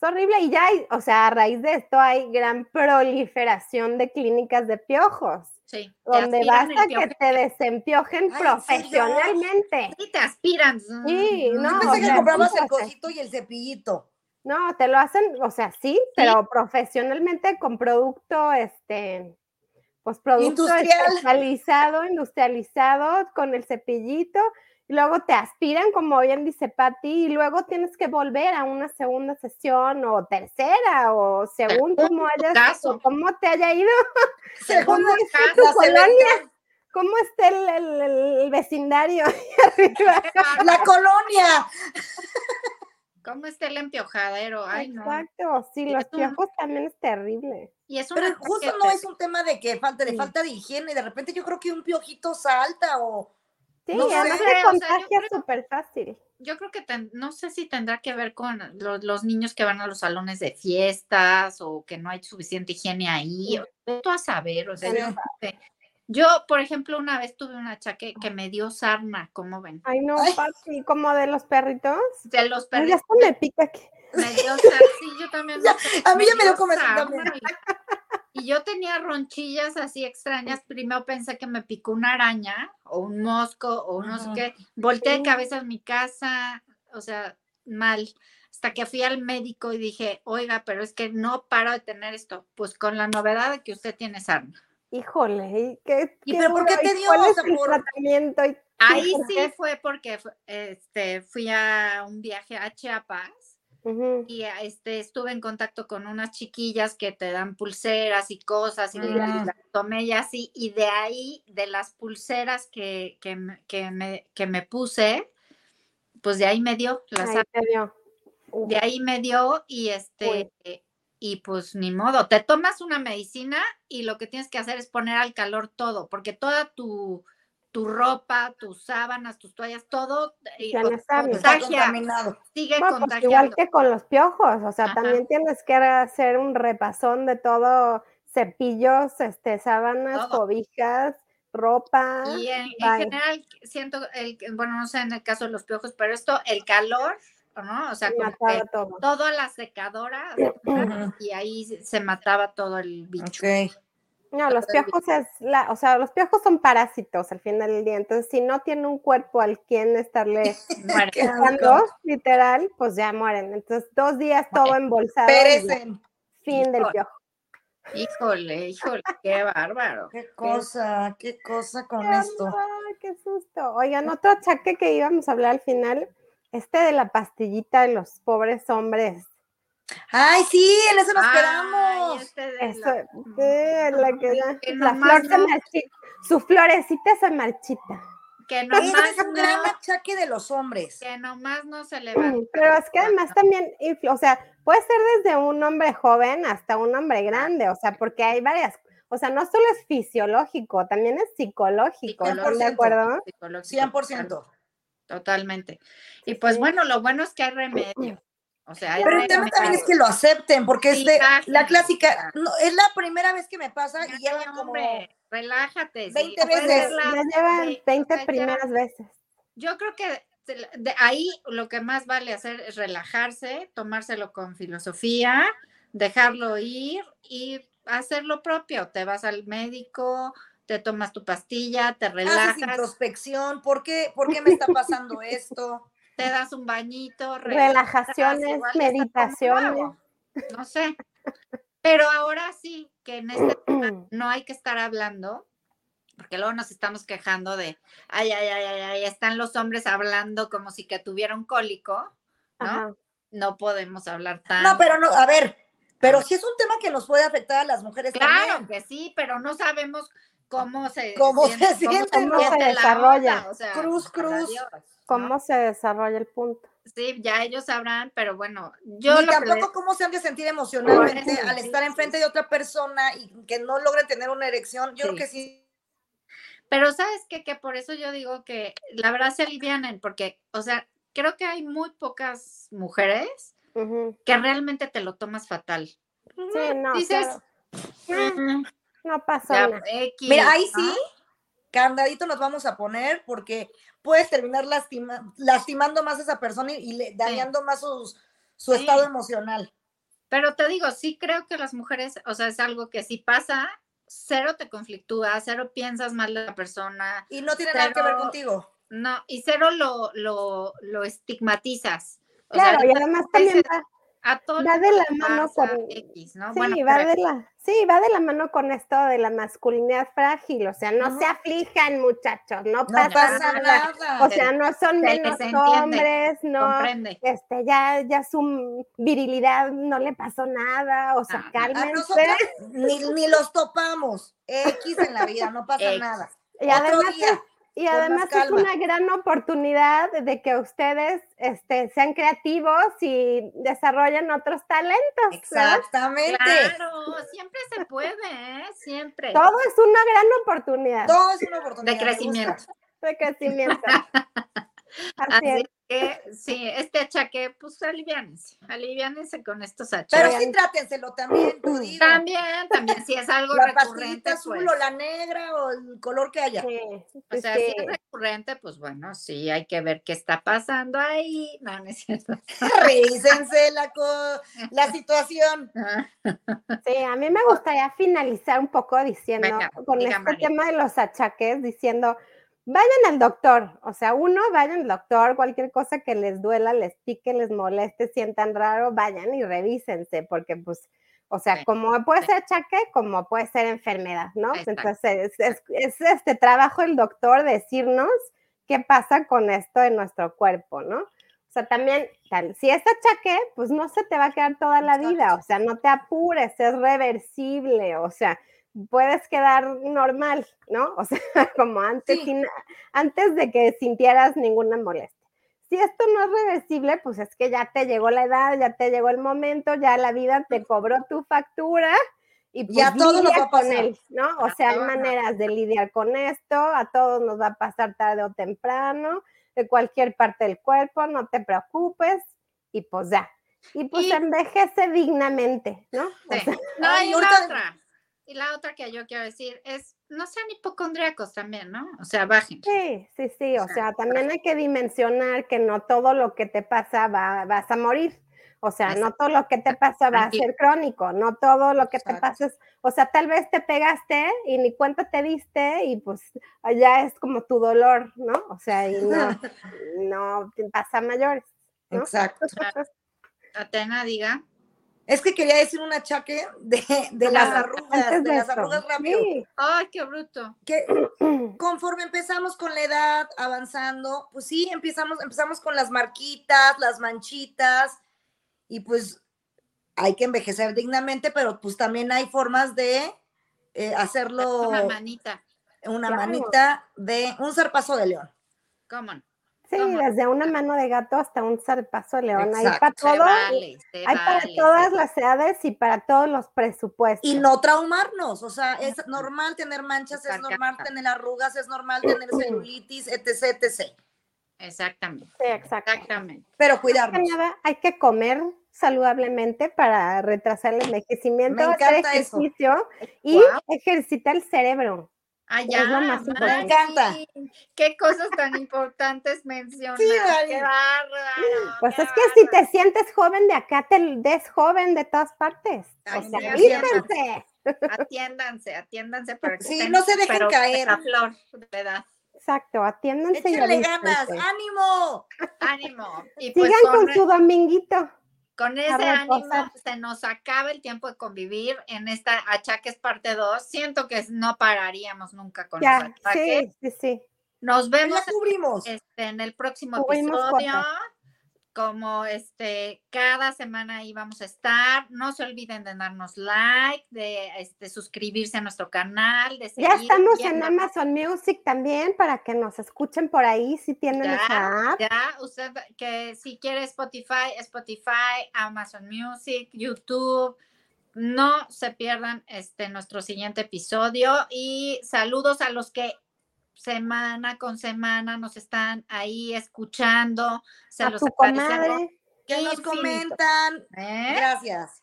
[SPEAKER 3] Es horrible y ya hay, o sea, a raíz de esto hay gran proliferación de clínicas de piojos,
[SPEAKER 1] Sí. te
[SPEAKER 3] donde
[SPEAKER 1] aspiran el
[SPEAKER 3] basta
[SPEAKER 1] piojo.
[SPEAKER 3] que te desempiojen
[SPEAKER 2] Ay, ¿en serio?
[SPEAKER 3] profesionalmente.
[SPEAKER 1] Sí, te aspiran.
[SPEAKER 3] Sí,
[SPEAKER 1] Mm.
[SPEAKER 3] no,
[SPEAKER 2] Yo
[SPEAKER 3] o
[SPEAKER 2] pensé que
[SPEAKER 3] sea,
[SPEAKER 2] comprabas
[SPEAKER 3] sí,
[SPEAKER 2] el
[SPEAKER 3] o sea.
[SPEAKER 2] cosito y el cepillito.
[SPEAKER 3] No, te lo hacen, o sea, sí, pero profesionalmente con producto, este, pues producto
[SPEAKER 2] Industrial.
[SPEAKER 3] especializado, industrializado, con el cepillito, y luego te aspiran, como bien dice Patti, y luego tienes que volver a una segunda sesión o tercera, o según cómo hayas,
[SPEAKER 1] caso.
[SPEAKER 3] o cómo te haya ido,
[SPEAKER 2] Según
[SPEAKER 3] cómo
[SPEAKER 2] la
[SPEAKER 3] esté tu
[SPEAKER 2] la
[SPEAKER 3] colonia, cómo esté el, el- el- el vecindario ahí arriba.
[SPEAKER 1] Qué bárbaro.
[SPEAKER 2] La colonia.
[SPEAKER 1] ¿Cómo está el empiojadero? Ay, no.
[SPEAKER 3] Exacto, sí,
[SPEAKER 1] Sí,
[SPEAKER 3] los
[SPEAKER 1] es un-
[SPEAKER 3] piojos también es terrible.
[SPEAKER 1] Y es
[SPEAKER 2] Pero
[SPEAKER 1] una
[SPEAKER 2] justo
[SPEAKER 1] cosa
[SPEAKER 2] no
[SPEAKER 1] que-
[SPEAKER 2] es un tema de que falta de
[SPEAKER 3] Sí.
[SPEAKER 2] falta de higiene. De repente yo creo que un piojito salta o
[SPEAKER 3] Sí,
[SPEAKER 2] No
[SPEAKER 3] además
[SPEAKER 1] sé, o
[SPEAKER 3] te
[SPEAKER 1] sea, yo
[SPEAKER 3] contagia
[SPEAKER 1] creo-
[SPEAKER 3] súper fácil.
[SPEAKER 1] yo creo que ten, no sé si tendrá que ver con los, los niños que van a los salones de fiestas o que no hay suficiente higiene ahí. Tú a saber, o sea, yo, yo, por ejemplo, una vez tuve un achaque que me dio sarna, ¿cómo ven?
[SPEAKER 3] Ay, no, Pati, como de los perritos.
[SPEAKER 1] De los
[SPEAKER 3] Ay,
[SPEAKER 1] perritos.
[SPEAKER 3] esto me pica aquí.
[SPEAKER 1] Me dio sarna, sí, yo también.
[SPEAKER 2] Ya, a mí ya me
[SPEAKER 1] dio
[SPEAKER 2] lo comes
[SPEAKER 1] sarna
[SPEAKER 2] también.
[SPEAKER 1] Y, y yo tenía ronchillas así extrañas. Primero pensé que me picó una araña o un mosco o no sé
[SPEAKER 2] Ajá.
[SPEAKER 1] qué. Volteé
[SPEAKER 3] Sí.
[SPEAKER 1] de cabeza en mi casa, o sea, mal. Hasta que fui al médico y dije, oiga, pero es que no paro de tener esto. Pues con la novedad de que usted tiene sarna.
[SPEAKER 3] Híjole, ¿y qué?
[SPEAKER 2] ¿Y pero por qué
[SPEAKER 3] duro?
[SPEAKER 2] te
[SPEAKER 3] ¿Y
[SPEAKER 2] dio?
[SPEAKER 3] ¿Cuál
[SPEAKER 2] O
[SPEAKER 3] es
[SPEAKER 2] sea,
[SPEAKER 3] el
[SPEAKER 2] por-
[SPEAKER 3] tratamiento? ¿Y
[SPEAKER 1] Ahí
[SPEAKER 3] por
[SPEAKER 1] sí
[SPEAKER 3] qué?
[SPEAKER 1] fue porque fu- este, fui a un viaje a Chiapas
[SPEAKER 3] Ujú.
[SPEAKER 1] y a- este, estuve en contacto con unas chiquillas que te dan pulseras y cosas y,
[SPEAKER 2] Ah.
[SPEAKER 1] las tomé ya así y de ahí de las pulseras que, que, me- que me, que me puse pues de ahí me dio la
[SPEAKER 3] Ahí
[SPEAKER 1] sal-
[SPEAKER 3] te dio.
[SPEAKER 1] de ahí me dio y este y pues ni modo te tomas una medicina y lo que tienes que hacer es poner al calor todo porque toda tu tu ropa, tus sábanas, tus toallas, todo eh,
[SPEAKER 3] Ya no sabes.
[SPEAKER 2] Está
[SPEAKER 1] contagia,
[SPEAKER 2] contaminado.
[SPEAKER 1] sigue
[SPEAKER 3] Bueno, pues
[SPEAKER 1] contagiando.
[SPEAKER 3] igual que con los piojos, o sea,
[SPEAKER 1] Ajá.
[SPEAKER 3] también tienes que hacer un repasón de todo, cepillos, este, sábanas,
[SPEAKER 1] Todo.
[SPEAKER 3] cobijas, ropa.
[SPEAKER 1] Y en, en
[SPEAKER 3] Bye.
[SPEAKER 1] general siento, el, bueno, no sé en el caso de los piojos, pero esto, el calor, ¿no? O sea,
[SPEAKER 3] y
[SPEAKER 1] como
[SPEAKER 3] mataba
[SPEAKER 1] que
[SPEAKER 3] todo.
[SPEAKER 1] todo a la secadora
[SPEAKER 2] Ujú.
[SPEAKER 1] y ahí se- se mataba todo el bicho.
[SPEAKER 2] Ok.
[SPEAKER 3] No, los
[SPEAKER 1] todo el
[SPEAKER 3] piojos es la, o sea, los piojos son parásitos al final del día. Entonces, si no tiene un cuerpo al quien estarle
[SPEAKER 1] Bueno,
[SPEAKER 2] Qué asco.
[SPEAKER 3] dando, literal, pues ya mueren. Entonces, dos días todo embolsado. y ya,
[SPEAKER 2] Perecen.
[SPEAKER 3] fin del
[SPEAKER 1] Híjole.
[SPEAKER 3] piojo.
[SPEAKER 1] híjole, híjole, qué bárbaro.
[SPEAKER 2] Qué cosa, qué cosa con esto.
[SPEAKER 3] Ay, qué susto. Oigan, otro achaque que íbamos a hablar al final, este de la pastillita de los pobres hombres.
[SPEAKER 2] Ay, sí, en eso nos
[SPEAKER 1] Ay,
[SPEAKER 2] quedamos.
[SPEAKER 1] este de
[SPEAKER 3] Eso,
[SPEAKER 1] la-
[SPEAKER 3] sí, Eh, la que ya-
[SPEAKER 1] Que
[SPEAKER 3] la
[SPEAKER 1] nomás
[SPEAKER 3] flor se
[SPEAKER 1] no.
[SPEAKER 3] marchita, su florecita se marchita.
[SPEAKER 1] que nomás
[SPEAKER 2] Este es un gran
[SPEAKER 1] no,
[SPEAKER 2] achaque de los hombres.
[SPEAKER 1] que nomás no se le va.
[SPEAKER 3] Pero es que además también, influ- o sea, puede ser desde un hombre joven hasta un hombre grande, o sea, porque hay varias, o sea, no solo es fisiológico, también es psicológico, ¿están de
[SPEAKER 2] 100%.
[SPEAKER 3] acuerdo?
[SPEAKER 1] Psicológico,
[SPEAKER 2] 100%.
[SPEAKER 1] Totalmente. Y pues bueno, lo bueno es que hay remedio. O sea, hay
[SPEAKER 2] Pero el tema
[SPEAKER 1] remedio.
[SPEAKER 2] también es que lo acepten, porque
[SPEAKER 1] Sí,
[SPEAKER 2] este,
[SPEAKER 1] ya,
[SPEAKER 2] la
[SPEAKER 1] sí,
[SPEAKER 2] clásica, no, es la primera vez que me pasa y
[SPEAKER 1] Ya,
[SPEAKER 2] llevan como.
[SPEAKER 1] hombre, relájate.
[SPEAKER 2] 20
[SPEAKER 1] puedes
[SPEAKER 2] veces.
[SPEAKER 1] ser la-
[SPEAKER 3] Ya llevan
[SPEAKER 1] sí,
[SPEAKER 3] 20
[SPEAKER 1] o sea, ya-
[SPEAKER 3] primeras veces.
[SPEAKER 1] Yo creo que de- de ahí lo que más vale hacer es relajarse, tomárselo con filosofía, dejarlo ir y hacer lo propio. Te vas al médico, te tomas tu pastilla,
[SPEAKER 2] Ah,
[SPEAKER 1] te
[SPEAKER 2] Haces
[SPEAKER 1] relajas,
[SPEAKER 2] introspección, ¿por qué, ¿por qué me está pasando esto?
[SPEAKER 1] te das un bañito,
[SPEAKER 3] Relajaciones,
[SPEAKER 1] igual ya está como
[SPEAKER 3] meditaciones.
[SPEAKER 1] nuevo, No sé. Pero ahora sí, que en este no hay que estar hablando, porque luego nos estamos quejando de, ay, ay, ay, ay, ay, están los hombres hablando como si que tuviera un cólico, ¿no?
[SPEAKER 3] Ajá.
[SPEAKER 1] No podemos hablar tan.
[SPEAKER 2] No, pero no, a ver, pero sí es un tema que nos puede afectar a las mujeres
[SPEAKER 1] Claro
[SPEAKER 2] pues también.
[SPEAKER 1] que sí, pero no sabemos cómo se
[SPEAKER 2] Cómo se siente,
[SPEAKER 3] cómo se
[SPEAKER 1] la
[SPEAKER 3] desarrolla.
[SPEAKER 1] onda, o sea,
[SPEAKER 2] Cruz,
[SPEAKER 1] por
[SPEAKER 2] cruz.
[SPEAKER 1] Dios, ¿no?
[SPEAKER 3] ¿Cómo se desarrolla el punto?
[SPEAKER 1] Sí, ya ellos sabrán, pero bueno, yo
[SPEAKER 2] Ni
[SPEAKER 1] lo que les-
[SPEAKER 2] tampoco cómo se han de sentir emocionalmente
[SPEAKER 1] Por eso,
[SPEAKER 2] al
[SPEAKER 1] sí,
[SPEAKER 2] estar
[SPEAKER 1] sí,
[SPEAKER 2] enfrente de otra persona y que no logren tener una erección. Yo
[SPEAKER 1] Sí.
[SPEAKER 2] creo que sí.
[SPEAKER 1] Pero sabes qué? que por eso yo digo que la verdad se alivianen, porque, o sea, creo que hay muy pocas mujeres
[SPEAKER 3] Ujú.
[SPEAKER 1] que realmente te lo tomas fatal.
[SPEAKER 3] Sí, no,
[SPEAKER 1] Dices,
[SPEAKER 3] claro,
[SPEAKER 1] "Mm,
[SPEAKER 3] no pasó
[SPEAKER 1] ya,
[SPEAKER 3] nada.
[SPEAKER 1] X",
[SPEAKER 2] Mira, ahí
[SPEAKER 1] ¿no?
[SPEAKER 2] sí, candadito nos vamos a poner porque puedes terminar lastima- lastimando más a esa persona y, y le- dañando más sus- su
[SPEAKER 1] Sí.
[SPEAKER 2] estado emocional.
[SPEAKER 1] Pero te digo, sí creo que las mujeres, o sea, es algo que si pasa, cero te conflictúa, cero piensas mal de la persona,
[SPEAKER 2] Y no tiene nada que ver
[SPEAKER 1] Pero-
[SPEAKER 2] contigo.
[SPEAKER 1] no, y cero lo, lo, lo estigmatizas. O sea,
[SPEAKER 3] Claro, y además también va,
[SPEAKER 1] a todo
[SPEAKER 3] va
[SPEAKER 1] el
[SPEAKER 3] de
[SPEAKER 1] mundo
[SPEAKER 3] la
[SPEAKER 1] le
[SPEAKER 3] mano
[SPEAKER 1] pasa
[SPEAKER 3] con-
[SPEAKER 1] X, ¿no?
[SPEAKER 3] sí,
[SPEAKER 1] ah, Bueno,
[SPEAKER 3] va
[SPEAKER 1] pero-
[SPEAKER 3] de la, sí, va de la mano con esto de la masculinidad frágil, o sea, no se
[SPEAKER 2] Ajá.
[SPEAKER 3] aflijan muchachos, no,
[SPEAKER 2] No
[SPEAKER 3] pasa,
[SPEAKER 2] pasa
[SPEAKER 3] nada.
[SPEAKER 2] nada.
[SPEAKER 3] o sea, no son
[SPEAKER 1] que
[SPEAKER 3] menos
[SPEAKER 1] se entiende,
[SPEAKER 3] hombres, no,
[SPEAKER 1] comprende.
[SPEAKER 3] este, ya, ya su virilidad no le pasó nada, o sea,
[SPEAKER 1] Ah, a
[SPEAKER 2] a
[SPEAKER 3] cálmense.
[SPEAKER 2] nosotros ni, ni los topamos. X en la vida, no pasa
[SPEAKER 1] X.
[SPEAKER 2] nada.
[SPEAKER 3] Y
[SPEAKER 2] Otro
[SPEAKER 3] además,
[SPEAKER 2] día,
[SPEAKER 3] es- y
[SPEAKER 2] con más
[SPEAKER 3] además es
[SPEAKER 2] calma.
[SPEAKER 3] una gran oportunidad de que ustedes este, sean creativos y desarrollen otros talentos. ¿verdad?
[SPEAKER 2] Exactamente.
[SPEAKER 1] Claro, siempre se puede, ¿eh? siempre.
[SPEAKER 3] Todo es una gran oportunidad
[SPEAKER 2] Todo es una oportunidad.
[SPEAKER 1] De
[SPEAKER 2] me gusta.
[SPEAKER 1] crecimiento.
[SPEAKER 3] de crecimiento.
[SPEAKER 1] Así
[SPEAKER 3] Así es.
[SPEAKER 1] es. Eh, sí, este achaque, pues aliviánense, aliviánense con estos
[SPEAKER 2] Pero
[SPEAKER 1] achaques.
[SPEAKER 2] sí trátenselo también, tú digo.
[SPEAKER 1] también, también, si es algo
[SPEAKER 2] La
[SPEAKER 1] recurrente,
[SPEAKER 2] pastillita azul
[SPEAKER 1] pues,
[SPEAKER 2] o la negra o el color que haya.
[SPEAKER 3] Sí,
[SPEAKER 1] o
[SPEAKER 3] pues
[SPEAKER 1] sea,
[SPEAKER 3] sí.
[SPEAKER 1] si es
[SPEAKER 2] este
[SPEAKER 1] recurrente, pues bueno, sí, hay que ver qué está pasando ahí. No, no es cierto.
[SPEAKER 2] Revísense la, co- la situación.
[SPEAKER 3] Sí, a mí me gustaría finalizar un poco diciendo,
[SPEAKER 1] Venga,
[SPEAKER 3] con
[SPEAKER 1] diga,
[SPEAKER 3] este
[SPEAKER 1] María.
[SPEAKER 3] tema de los achaques, diciendo, vayan al doctor, o sea, uno, vayan al doctor, cualquier cosa que les duela, les pique, les moleste, sientan raro, vayan y revísense, porque pues, o sea,
[SPEAKER 1] Sí,
[SPEAKER 3] como puede
[SPEAKER 1] sí.
[SPEAKER 3] ser achaque, como puede ser enfermedad, ¿no?
[SPEAKER 1] Exacto,
[SPEAKER 3] Entonces, es, es- es este trabajo del doctor decirnos qué pasa con esto en nuestro cuerpo, ¿no? O sea, también, tal, si es achaque, pues no se te va a quedar toda la vida, o sea, no te apures, es reversible, o sea, puedes quedar normal, ¿no? O sea, como antes,
[SPEAKER 2] Sí.
[SPEAKER 3] sin- antes de que sintieras ninguna molestia. Si esto no es reversible, pues es que ya te llegó la edad, ya te llegó el momento, ya la vida te cobró tu factura y pues
[SPEAKER 2] Ya todo nos
[SPEAKER 3] lidia
[SPEAKER 2] va a
[SPEAKER 3] con
[SPEAKER 2] pasar.
[SPEAKER 3] él, ¿no? O
[SPEAKER 1] A
[SPEAKER 3] sea, hay
[SPEAKER 1] todos nos va a
[SPEAKER 3] maneras de lidiar con esto, a todos nos va a pasar tarde o temprano, de cualquier parte del cuerpo, no te preocupes y pues ya. Y pues
[SPEAKER 1] Y-
[SPEAKER 3] envejece dignamente, ¿no? O
[SPEAKER 1] Sí.
[SPEAKER 3] sea,
[SPEAKER 1] No,
[SPEAKER 2] Ay,
[SPEAKER 1] y
[SPEAKER 2] ahorita-
[SPEAKER 1] la otra, y la otra que yo quiero decir es, no sean hipocondríacos también, ¿no? O sea, bajen.
[SPEAKER 3] Sí, sí, sí, o
[SPEAKER 1] sea,
[SPEAKER 3] sea, también hay que dimensionar que no todo lo que te pasa va, vas a morir. O sea, no todo lo que te pasa va a
[SPEAKER 1] Tranquilo.
[SPEAKER 3] ser crónico, no todo lo que te
[SPEAKER 2] Exacto.
[SPEAKER 3] pasa es, o sea, tal vez te pegaste y ni cuenta te diste y pues allá es como tu dolor, ¿no? O sea, y no, no te pasa a mayores. ¿No?
[SPEAKER 2] Exacto.
[SPEAKER 1] Atena, diga.
[SPEAKER 2] Es que quería decir un achaque de, de las
[SPEAKER 1] Ah,
[SPEAKER 2] arrugas, de las arrugas rápido.
[SPEAKER 3] Sí.
[SPEAKER 1] ¡Ay, qué bruto!
[SPEAKER 2] Que conforme empezamos con la edad, avanzando, pues sí, empezamos, empezamos con las marquitas, las manchitas, y pues hay que envejecer dignamente, pero pues también hay formas de eh, hacerlo
[SPEAKER 1] Una manita.
[SPEAKER 2] una
[SPEAKER 3] Claro.
[SPEAKER 2] manita de un zarpazo de león.
[SPEAKER 1] ¿Cómo no?
[SPEAKER 3] Sí,
[SPEAKER 1] ¿Cómo?
[SPEAKER 3] desde una mano de gato hasta un zarpazo de león, hay para
[SPEAKER 2] Exacto,
[SPEAKER 3] todo,
[SPEAKER 1] Se vale, se
[SPEAKER 3] hay para
[SPEAKER 1] vale, se
[SPEAKER 3] todas
[SPEAKER 1] vale.
[SPEAKER 3] las edades y para todos los presupuestos.
[SPEAKER 2] Y no traumarnos, o sea, es normal tener manchas, es
[SPEAKER 1] Exacto.
[SPEAKER 2] normal tener arrugas, es normal tener celulitis, etc, etc.
[SPEAKER 1] Exactamente,
[SPEAKER 3] Sí, exacto.
[SPEAKER 1] exactamente.
[SPEAKER 2] Pero
[SPEAKER 3] Más que
[SPEAKER 2] cuidarnos.
[SPEAKER 3] nada, hay que comer saludablemente para retrasar el envejecimiento,
[SPEAKER 2] Me
[SPEAKER 3] hacer
[SPEAKER 2] encanta eso.
[SPEAKER 3] ejercicio y
[SPEAKER 1] Guau.
[SPEAKER 3] ejercita el cerebro.
[SPEAKER 1] Allá,
[SPEAKER 3] lo más importante.
[SPEAKER 2] Me encanta.
[SPEAKER 1] Qué cosas tan importantes mencionas.
[SPEAKER 2] Sí, vale.
[SPEAKER 1] Qué bárbaro.
[SPEAKER 3] Pues
[SPEAKER 1] qué
[SPEAKER 3] es que si
[SPEAKER 1] bárbaro.
[SPEAKER 3] te sientes joven de acá, te des joven de todas partes.
[SPEAKER 2] Ay,
[SPEAKER 3] o
[SPEAKER 2] sí,
[SPEAKER 3] sea,
[SPEAKER 2] es cierto.
[SPEAKER 3] vístense.
[SPEAKER 1] Atiéndanse, atiéndanse para que
[SPEAKER 2] Sí,
[SPEAKER 1] estén,
[SPEAKER 2] no se dejen
[SPEAKER 1] pero de
[SPEAKER 2] caer.
[SPEAKER 1] La flor de edad.
[SPEAKER 3] Exacto, atiéndanse y
[SPEAKER 2] Échenle
[SPEAKER 3] avístense.
[SPEAKER 2] ganas,
[SPEAKER 1] este,
[SPEAKER 2] ánimo.
[SPEAKER 1] Ánimo. Y pues
[SPEAKER 3] Sigan
[SPEAKER 1] con,
[SPEAKER 3] con
[SPEAKER 1] re-
[SPEAKER 3] su dominguito.
[SPEAKER 1] con ese
[SPEAKER 3] reposar.
[SPEAKER 1] ánimo se nos acaba el tiempo de convivir en esta achaques parte 2. Siento que no pararíamos nunca con los
[SPEAKER 3] Ya,
[SPEAKER 1] achaques.
[SPEAKER 3] sí, sí, sí.
[SPEAKER 1] Nos
[SPEAKER 2] Ahí
[SPEAKER 1] vemos
[SPEAKER 2] la cubrimos.
[SPEAKER 1] este, en el próximo
[SPEAKER 3] Subimos
[SPEAKER 1] episodio.
[SPEAKER 3] fotos.
[SPEAKER 1] Como este, cada semana ahí vamos a estar. No se olviden de darnos like, de este, suscribirse a nuestro canal, de seguir.
[SPEAKER 3] Ya estamos en
[SPEAKER 1] viendo-
[SPEAKER 3] Amazon Music también para que nos escuchen por ahí si tienen
[SPEAKER 1] Ya,
[SPEAKER 3] esa app.
[SPEAKER 1] Ya, usted que si quiere Spotify, Spotify, Amazon Music, YouTube, no se pierdan este nuestro siguiente episodio y saludos a los que semana con semana nos están ahí escuchando. Se
[SPEAKER 3] A
[SPEAKER 1] los
[SPEAKER 3] tu
[SPEAKER 1] agradecemos
[SPEAKER 3] comadre.
[SPEAKER 2] Que nos
[SPEAKER 1] infinito,
[SPEAKER 2] comentan.
[SPEAKER 1] ¿eh?
[SPEAKER 2] Gracias.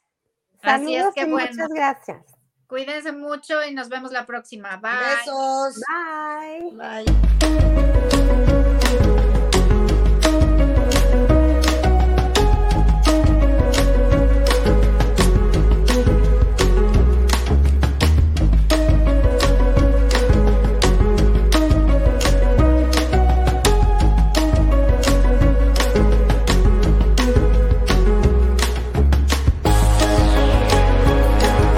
[SPEAKER 1] Así es
[SPEAKER 3] Saludos
[SPEAKER 1] que
[SPEAKER 3] y
[SPEAKER 1] bueno.
[SPEAKER 3] muchas gracias.
[SPEAKER 1] Cuídense mucho y nos vemos la próxima. Bye.
[SPEAKER 2] Besos.
[SPEAKER 3] Bye.
[SPEAKER 2] Bye.